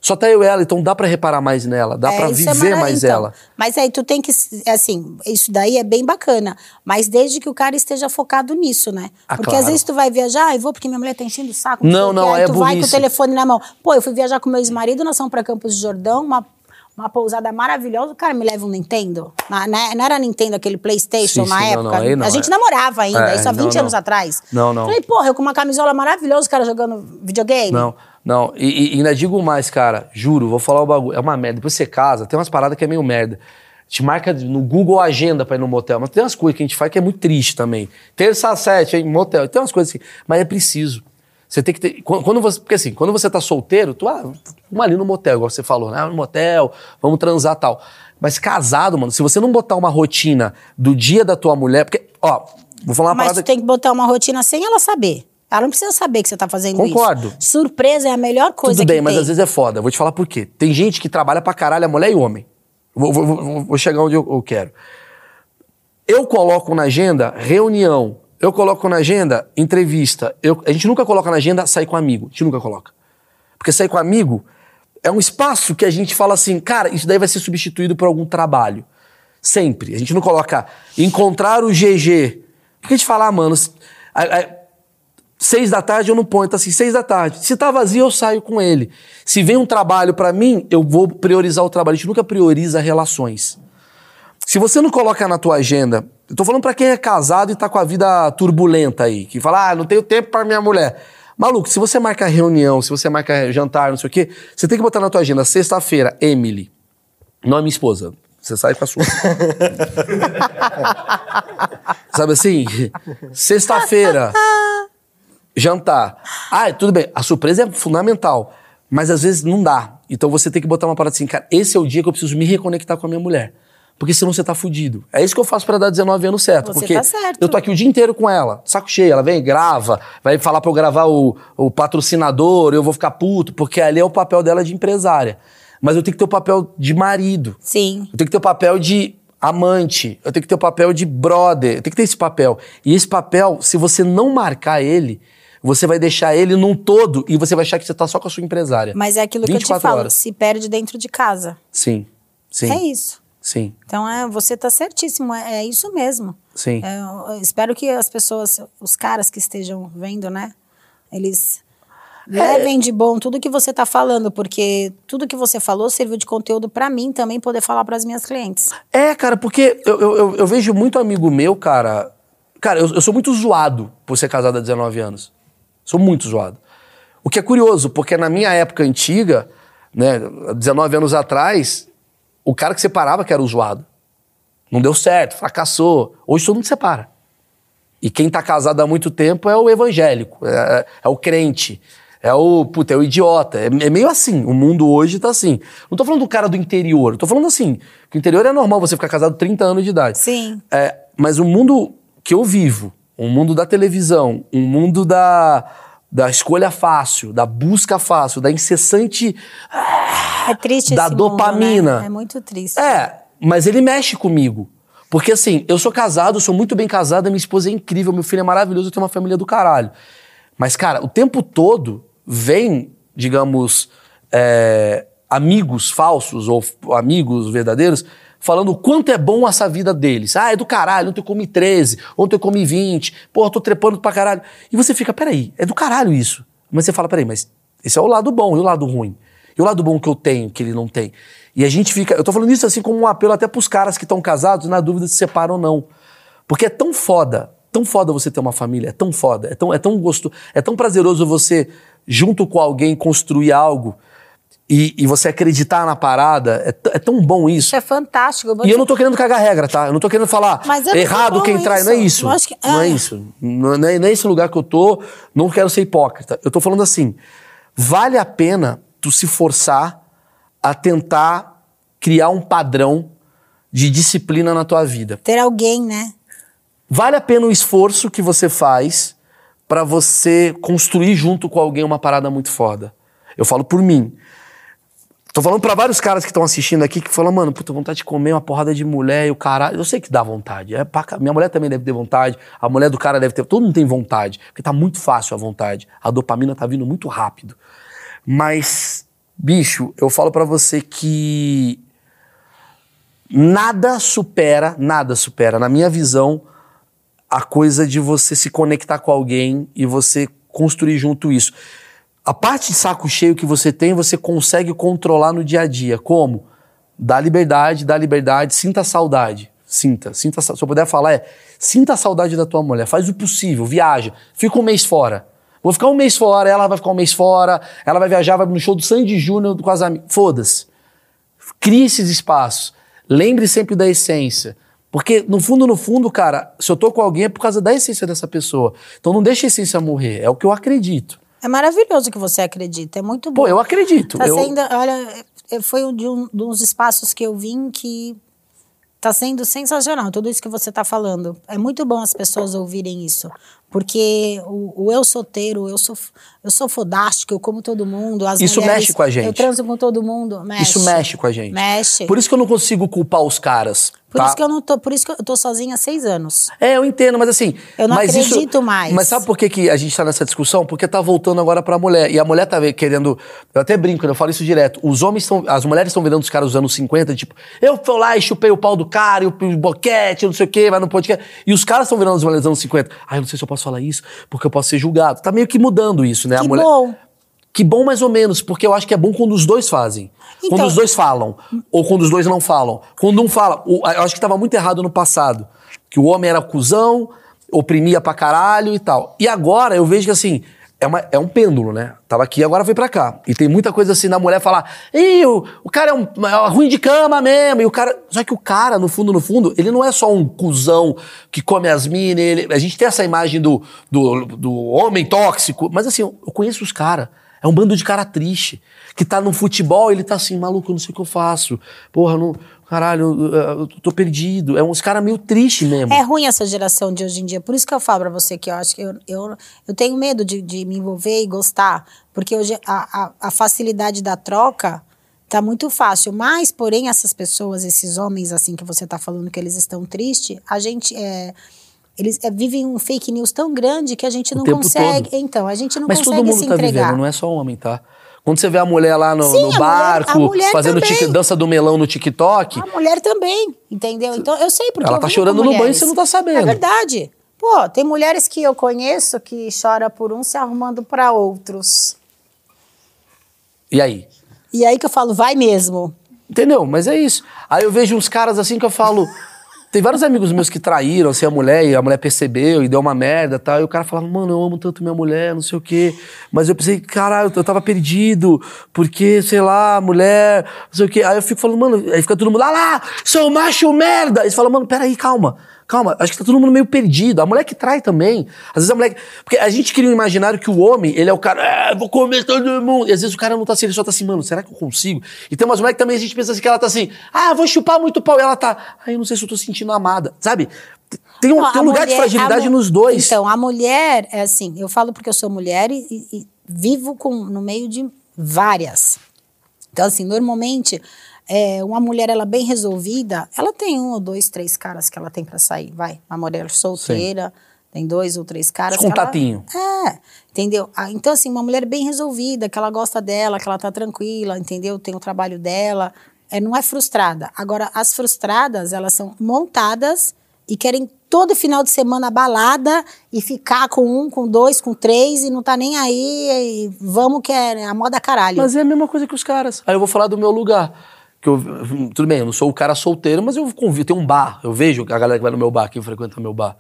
Só tá eu e ela, então dá pra reparar mais nela, dá
É,
pra
isso é
viver
mara-
mais
então,
ela.
Mas aí tu tem que, assim, isso daí é bem bacana. Mas desde que o cara esteja focado nisso, né?
Ah,
porque
claro.
às vezes tu vai viajar, ah, eu vou porque minha mulher tá enchendo o saco.
Não,
sei o quê",
não,
aí
é
tu vai com o
burrice.
telefone na mão. Pô, eu fui viajar com meu ex-marido, nós fomos pra Campos do Jordão, uma, uma pousada maravilhosa. O cara me leva um Nintendo. Na- na- não era Nintendo, aquele Playstation
Sim,
na
sim, não,
época.
não, aí não,
a gente
é.
namorava ainda,
É,
isso há
não,
20
não.
anos atrás.
Não, não.
Falei, porra, eu com uma camisola maravilhosa, o cara jogando videogame.
Não, não. E, e- e ainda digo mais, cara. Juro, vou falar o bagulho. É uma merda. Depois você casa, tem umas paradas que é meio merda. Te marca no Google Agenda pra ir no motel. Mas tem umas coisas que a gente faz que é muito triste também. Terça às sete, hein, motel. Tem umas coisas assim. Mas é preciso. Você tem que ter. quan- Quando você, porque assim, quando você tá solteiro, tu, ah, vamos ali no motel, igual você falou, né? Ah, No motel, vamos transar tal. Mas casado, mano, se você não botar uma rotina do dia da tua mulher. Porque, ó, vou falar uma
Mas
parada.
tu tem que botar uma rotina sem ela saber. Ela não precisa saber que você tá fazendo isso.
Concordo.
Surpresa é a melhor coisa
Tudo bem,
que
mas
tem.
às vezes é foda. Vou te falar por quê. Tem gente que trabalha pra caralho, é mulher e homem. Vou, vou- vou- vou chegar onde eu, eu quero. Eu coloco na agenda reunião. Eu coloco na agenda entrevista. Eu- a gente nunca coloca na agenda sair com amigo. A gente nunca coloca. Porque sair com amigo é um espaço que a gente fala assim, cara, isso daí vai ser substituído por algum trabalho. Sempre. A gente não coloca encontrar o GG. Porque a gente fala, ah, mano. se- a- a- Seis da tarde eu não ponho, tá assim, seis da tarde. Se tá vazio, eu saio com ele. Se vem um trabalho pra mim, eu vou priorizar o trabalho. A gente nunca prioriza relações. Se você não coloca na tua agenda, eu tô falando pra quem é casado e tá com a vida turbulenta aí, que fala, ah, não tenho tempo pra minha mulher. Maluco, se você marca reunião, se você marca jantar, não sei o quê, você tem que botar na tua agenda, sexta-feira, Emily, não é minha esposa, você sai com a sua. Sabe assim? Sexta-feira, jantar. Ah, tudo bem, a surpresa é fundamental, mas às vezes não dá. Então você tem que botar uma parada assim, cara, esse é o dia que eu preciso me reconectar com a minha mulher. Porque senão você tá fudido. É isso que eu faço pra dar 19 anos certo.
Você
porque
tá certo.
eu tô aqui o dia inteiro com ela, saco cheio. Ela vem, grava, vai falar pra eu gravar o, o patrocinador, eu vou ficar puto, porque ali é o papel dela de empresária. Mas eu tenho que ter o papel de marido.
Sim.
Eu tenho que ter o papel de amante, eu tenho que ter o papel de brother, eu tenho que ter esse papel. E esse papel, se você não marcar ele, você vai deixar ele num todo e você vai achar que você tá só com a sua empresária.
Mas é aquilo que eu te
24
falo,
horas.
se perde dentro de casa.
Sim, sim,
É isso.
sim,
Então é, você tá certíssimo, é, é isso mesmo.
sim.
É, eu espero que as pessoas, os caras que estejam vendo, né? Eles
É.
levem de bom tudo que você tá falando, porque tudo que você falou serviu de conteúdo para mim também poder falar para as minhas clientes.
É, cara, porque eu, eu, eu- eu vejo muito amigo meu, cara. Cara, eu, eu sou muito zoado por ser casado há 19 anos. Sou muito zoado. O que é curioso, porque na minha época antiga, né, 19 anos atrás, o cara que separava que era o zoado. Não deu certo, fracassou. Hoje todo mundo separa. E quem tá casado há muito tempo é o evangélico, é, é o crente, é o, puta, é o idiota. É, é meio assim, o mundo hoje tá assim. Não tô falando do cara do interior, eu tô falando assim, que o interior é normal você ficar casado 30 anos de idade.
Sim.
É, mas o mundo que eu vivo, o mundo da televisão, o mundo da, da escolha fácil, da busca fácil, da incessante...
É triste
Da
esse mundo, né?
dopamina.
É muito triste.
É, mas ele mexe comigo. Porque assim, eu sou casado, sou muito bem casado, minha esposa é incrível, meu filho é maravilhoso, eu tenho uma família do caralho. Mas, cara, o tempo todo vem, digamos, é, amigos falsos ou f- amigos verdadeiros falando o quanto é bom essa vida deles. Ah, é do caralho, ontem eu comi 13, ontem eu comi 20, porra, tô trepando pra caralho. E você fica, peraí, é do caralho isso. Mas você fala, peraí, mas esse é o lado bom e o lado ruim. E o lado bom que eu tenho, que ele não tem. E a gente fica. Eu tô falando isso assim como um apelo até pros caras que estão casados, na dúvida se separam ou não. Porque é tão foda, tão foda você ter uma família, é tão foda, é tão, é tão gostoso, é tão prazeroso você, junto com alguém, construir algo e, e você acreditar na parada. É, t- é tão bom isso.
Isso é fantástico. vou
E eu
te-
não tô querendo cagar regra, tá? Eu não tô querendo falar
Mas é muito
errado
bom
quem trai, não é
isso.
isso.
Eu acho que-
Não é
é.
isso. Não não é, não é esse lugar que eu tô, não quero ser hipócrita. Eu tô falando assim, vale a pena tu se forçar a tentar criar um padrão de disciplina na tua vida.
Ter alguém, né?
Vale a pena o esforço que você faz pra você construir junto com alguém uma parada muito foda. Eu falo por mim. Tô falando pra vários caras que estão assistindo aqui que falam, mano, puta, vontade de comer uma porrada de mulher e o caralho. Eu sei que dá vontade. É pra ca- Minha mulher também deve ter vontade, a mulher do cara deve ter. Todo mundo tem vontade, porque tá muito fácil a vontade. A dopamina tá vindo muito rápido. Mas, bicho, eu falo pra você que nada supera, nada supera, na minha visão, a coisa de você se conectar com alguém e você construir junto isso. A parte de saco cheio que você tem, você consegue controlar no dia a dia. Como? Dá liberdade, dá liberdade, sinta a saudade. Sinta, sinta. a sa- Se eu puder falar, é sinta a saudade da tua mulher, faz o possível, viaja, fica um mês fora. Vou ficar um mês fora, ela vai ficar um mês fora, ela vai viajar, vai no show do Sandy Júnior com as amigas. Foda-se. Crie esses espaços. Lembre sempre da essência. Porque, no fundo, no fundo, cara, se eu tô com alguém é por causa da essência dessa pessoa. Então não deixa a essência morrer. É o que eu acredito.
É maravilhoso que você acredita. É muito bom.
Pô, eu acredito.
Tá
eu...
sendo, olha, é- foi um de um dos espaços que eu vim que tá sendo sensacional, tudo isso que você tá falando. É muito bom as pessoas ouvirem isso, porque o, o eu solteiro, eu sou eu sou fodástico, eu como todo mundo, as
Isso
mulheres-
mexe com a gente.
Eu transo com todo mundo, mexe.
Isso mexe com a gente.
Mexe.
Por isso que eu não consigo culpar os caras.
Por
Tá.
isso que eu não tô, por isso que eu tô sozinha há seis anos.
É, eu entendo, mas assim.
Eu não
mas isso-
acredito mais.
Mas sabe por que, que a gente tá nessa discussão? Porque tá voltando agora pra mulher. E a mulher tá querendo. Eu até brinco, né? eu falo isso direto. Os homens estão. As mulheres estão virando os caras dos anos 50, tipo, eu fui lá e chupei o pau do cara, e o, o boquete, eu não sei o quê, vai no podcast. E os caras estão virando as mulheres dos anos 50. Ah, eu não sei se eu posso falar isso, porque eu posso ser julgado. Tá meio que mudando isso, né? a
que
mulher.
bom.
Que bom mais ou menos, porque eu acho que é bom quando os dois fazem.
Então-
quando os dois falam, ou quando os dois não falam. Quando um fala, o- eu acho que estava muito errado no passado, que o homem era cuzão, oprimia pra caralho e tal. E agora eu vejo que assim, é, uma- é um pêndulo, né? Tava aqui, agora foi pra cá. E tem muita coisa assim da mulher falar, Ih, o, o cara é, um, é ruim de cama mesmo, e o cara... Só que o cara, no fundo, no fundo, ele não é só um cuzão que come as minas, ele- a gente tem essa imagem do, do, do homem tóxico, mas assim, eu conheço os caras. É um bando de cara triste. Que tá no futebol, ele tá assim, maluco, eu não sei o que eu faço. Porra, não. Caralho, eu, eu tô perdido. É uns caras meio triste mesmo.
É ruim essa geração de hoje em dia. Por isso que eu falo pra você que eu acho que eu, eu, eu tenho medo de, de me envolver e gostar. Porque hoje a, a, a facilidade da troca tá muito fácil. Mas, porém, essas pessoas, esses homens assim que você tá falando que eles estão tristes, a gente é. Eles é, vivem um fake news tão grande que a gente não
tempo
consegue.
todo.
Então, a gente não
Mas
consegue
todo mundo
se
tá
entregar.
vivendo, não é só homem, tá? Quando você vê a mulher lá no,
Sim,
no
a mulher-
barco,
a mulher
fazendo
também.
tique- dança do melão no TikTok,
A mulher também, entendeu? Então eu sei porque
Ela
eu
tá
vivo
chorando
com
no banho,
mulheres.
você não tá sabendo.
É verdade. Pô, tem mulheres que eu conheço que chora por um se arrumando pra outros.
e aí?
E aí que eu falo, vai mesmo.
Entendeu? Mas é isso. Aí eu vejo uns caras assim que eu falo. Tem vários amigos meus que traíram, assim, a mulher, e a mulher percebeu e deu uma merda e tal. E o cara falava, mano, eu amo tanto minha mulher, não sei o quê. Mas eu pensei, caralho, eu tava perdido, porque, sei lá, mulher, não sei o quê. Aí eu fico falando, mano, aí fica todo mundo, ah lá, seu macho merda! Aí você fala, mano, peraí, calma, calma, acho que tá todo mundo meio perdido. A mulher que trai também. Às vezes a mulher. Porque a gente cria um imaginário que o homem, ele é o cara, ah, vou comer todo mundo. E às vezes o cara não tá assim, ele só tá assim, mano, será que eu consigo? E tem umas mulheres que também a gente pensa assim, que ela tá assim, ah, vou chupar muito pau. E ela tá, ah, eu não sei se eu tô sentindo amada. Sabe? Tem um,
Não,
tem um
a
lugar de
mulher-
fragilidade
a mu-
nos dois.
Então, a mulher, é assim, eu falo porque eu sou mulher e, e- e vivo com, no meio de várias. Então, assim, normalmente, é, uma mulher, ela bem resolvida, ela tem um ou dois, três caras que ela tem pra sair, vai. Uma mulher solteira, tem dois ou três caras.
Os
que ela-
contatinho.
É, entendeu? Ah, Então, assim, uma mulher bem resolvida, que ela gosta dela, que ela tá tranquila, entendeu? Tem o trabalho dela. É, não é frustrada. Agora, as frustradas, elas são montadas e querem todo final de semana balada e ficar com um, com dois, com três e não tá nem aí. E vamos que é a moda caralho.
Mas é a mesma coisa que os caras. Aí eu vou falar do meu lugar. Que eu, tudo bem, eu não sou o cara solteiro, mas eu convido, tem um bar, eu vejo a galera que vai no meu bar, que frequenta meu bar.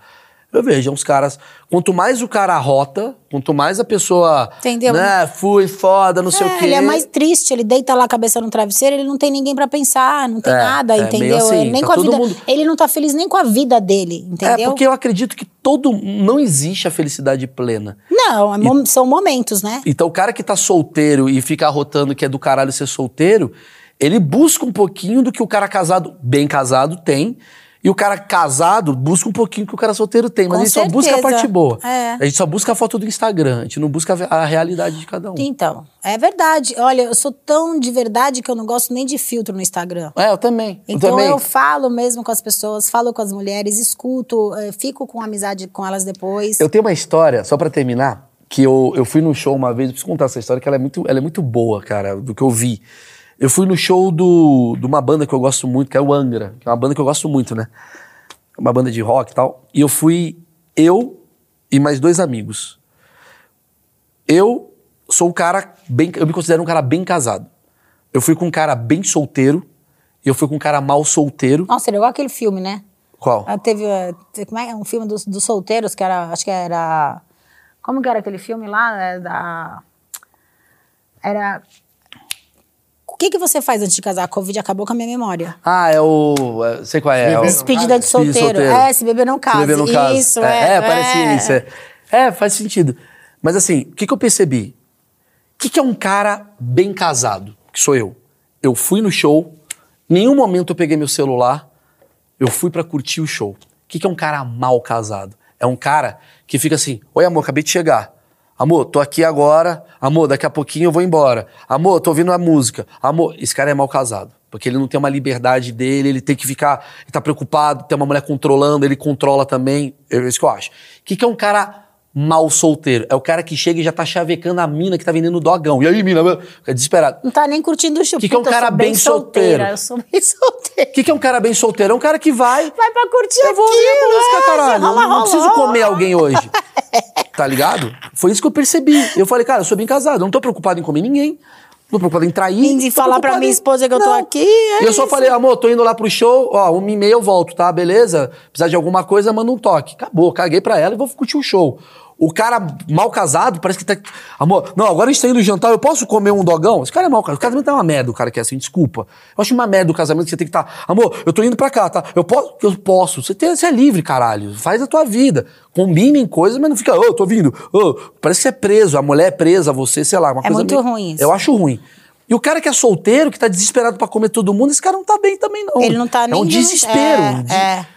Eu vejo, é uns caras. Quanto mais o cara rota, quanto mais a pessoa.
Entendeu?
Né, fui foda, não sei
É,
o quê.
Ele é mais triste, ele deita lá a cabeça no travesseiro, ele não tem ninguém pra pensar, não tem
É,
nada,
é,
entendeu?
meio assim,
Ele nem
tá
com a
todo
vida,
mundo-
ele não tá feliz nem com a vida dele, entendeu?
É, porque eu acredito que todo. Não existe a felicidade plena.
Não, é mom- são momentos, né?
Então, o cara que tá solteiro e fica rotando que é do caralho ser solteiro, ele busca um pouquinho do que o cara casado, bem casado, tem. E o cara casado busca um pouquinho que o cara solteiro tem. Mas
Com
ele só busca a
certeza.
parte boa.
É.
A gente só busca a foto do Instagram. A gente não busca a realidade de cada um.
Então, é verdade. Olha, eu sou tão de verdade que eu não gosto nem de filtro no Instagram.
É, eu também.
Então
eu também.
eu falo mesmo com as pessoas, falo com as mulheres, escuto, eh, fico com amizade com elas depois.
Eu tenho uma história, só pra terminar, que eu, eu fui num show uma vez, eu preciso contar essa história, que ela é muito, ela é muito boa, cara, do que eu vi. Eu fui no show do, de uma banda que eu gosto muito, que é o Angra, que é uma banda que eu gosto muito, né? Uma banda de rock e tal. E eu fui, eu e mais dois amigos. Eu sou um cara bem. Eu me considero um cara bem casado. Eu fui com um cara bem solteiro, e eu fui com um cara mal solteiro.
Nossa, era igual aquele filme, né?
Qual?
Ah, Teve eh, te- como é? um filme dos, dos solteiros que era, acho que era, como que era aquele filme lá né, da, era, o que que você faz antes de casar? A Covid acabou com a minha memória.
Ah, é o. é, Sei qual é. é o-
Despedida de solteiro. É, se beber não case.
Se beber não case.
Isso, é,
É, parecia
é.
isso. É. É, faz sentido. Mas assim, o que, que eu percebi? O que, que é um cara bem casado? Que sou eu. Eu fui no show, em nenhum momento eu peguei meu celular, eu fui pra curtir o show. O que, que é um cara mal casado? É um cara que fica assim: Oi, amor, acabei de chegar. Amor, tô aqui agora. Amor, daqui a pouquinho eu vou embora. Amor, tô ouvindo a música. Amor, esse cara é mal casado. Porque ele não tem uma liberdade dele, ele tem que ficar. Ele tá preocupado, tem uma mulher controlando, ele controla também. É isso que eu acho. O que, que é um cara mal solteiro? É o cara que chega e já tá chavecando a mina que tá vendendo dogão. E aí, mina? É desesperado.
Não tá nem curtindo o chup.
Que que é um
Puta, eu
cara
sou
bem solteiro?
solteira. Eu sou bem solteira.
O que, que é um cara bem solteiro? É um cara que vai.
Vai pra curtir
Eu vou ouvir
aquilo,
música,
é,
caralho.
rola,
Eu não
rola,
preciso
rola.
comer alguém hoje. Tá ligado? Foi isso que eu percebi. Eu falei, cara, eu sou bem casado, eu não tô preocupado em comer ninguém. Não tô preocupado em trair.
Nem de
não tô
falar pra
preocupado
minha
em-
esposa que eu tô aqui, é
eu só
isso.
falei, amor, tô indo lá pro show, ó, uma e meia eu volto, tá? Beleza? Precisar de alguma coisa, manda um toque. Acabou, caguei pra ela e vou curtir o show. O cara mal casado, parece que tá. Amor, não, agora a gente tá indo jantar, eu posso comer um dogão? Esse cara é mal casado. O casamento é uma merda, o cara que é assim, desculpa. Eu acho uma merda o casamento que você tem que estar. Tá, amor, eu tô indo pra cá, tá? Eu posso? Eu posso. Você, tem, você é livre, caralho. Faz a tua vida. Combinem coisas, mas não fica, ô, eu tô vindo. ô. Parece que você é preso, a mulher é presa, você, sei lá. Uma
É
coisa
muito ruim isso.
Eu acho ruim. E o cara que é solteiro, que tá desesperado pra comer todo mundo, esse cara não tá bem também, não.
Ele não tá nem...
É um
de-
desespero.
É,
De-
é.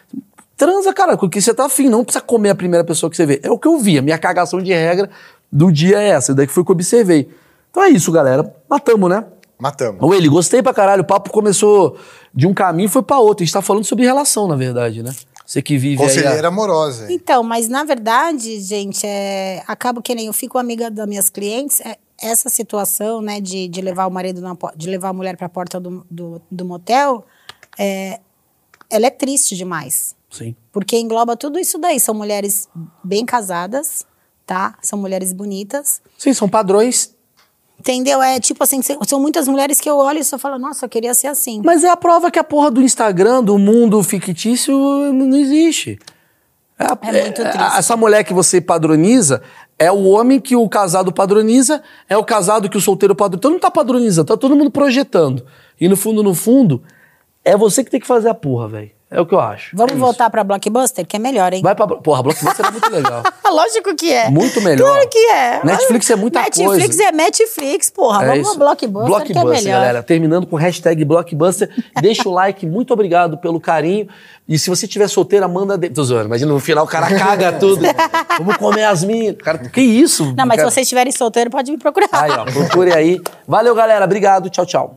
Transa, cara, com o que você tá afim. Não precisa comer a primeira pessoa que você vê. É o que eu vi. A minha cagação de regra do dia é essa. Daí que foi que eu observei. Então é isso, galera. Matamos, né?
Matamos.
Ô, Eli, gostei pra caralho. O papo começou de um caminho e foi pra outro. A gente tá falando sobre relação, na verdade, né? Você que vive aí a-
Conselheira amorosa. hein?
Então, mas na verdade, gente, é, acabo que nem eu fico amiga das minhas clientes. é, essa situação, né, de, de levar o marido, na, po- de levar a mulher pra porta do, do, do motel, é, ela é triste demais.
Sim.
Porque engloba tudo isso daí. São mulheres bem casadas, tá? São mulheres bonitas.
Sim, são padrões.
Entendeu? É tipo assim, se- são muitas mulheres que eu olho e só falo, nossa, eu queria ser assim.
Mas é a prova que a porra do Instagram, do mundo fictício, não existe. a-
É muito triste.
Essa mulher que você padroniza é o homem que o casado padroniza, é o casado que o solteiro padroniza. Todo mundo tá padronizando, tá todo mundo projetando. E no fundo, no fundo, é você que tem que fazer a porra, velho. É o que eu acho.
Vamos
É isso.
voltar pra Blockbuster, que é melhor, hein?
Vai pra. Porra, Blockbuster é muito legal.
Lógico que é.
Muito melhor.
Claro que é.
Netflix é muita
Netflix
coisa.
é Netflix, porra.
É
Vamos
isso.
ao Blockbuster, que é
Blockbuster,
melhor.
galera. Terminando com hashtag Blockbuster. Deixa o like, muito obrigado pelo carinho. E se você tiver solteira, manda. De... Tô zoando, imagina no final o cara caga tudo. Vamos comer as minas. Cara, que isso?
Não, mas
Cara- Ah,
se vocês estiverem solteiros, pode me procurar.
Aí, ó, procure aí. Valeu, galera. Obrigado. Tchau, tchau.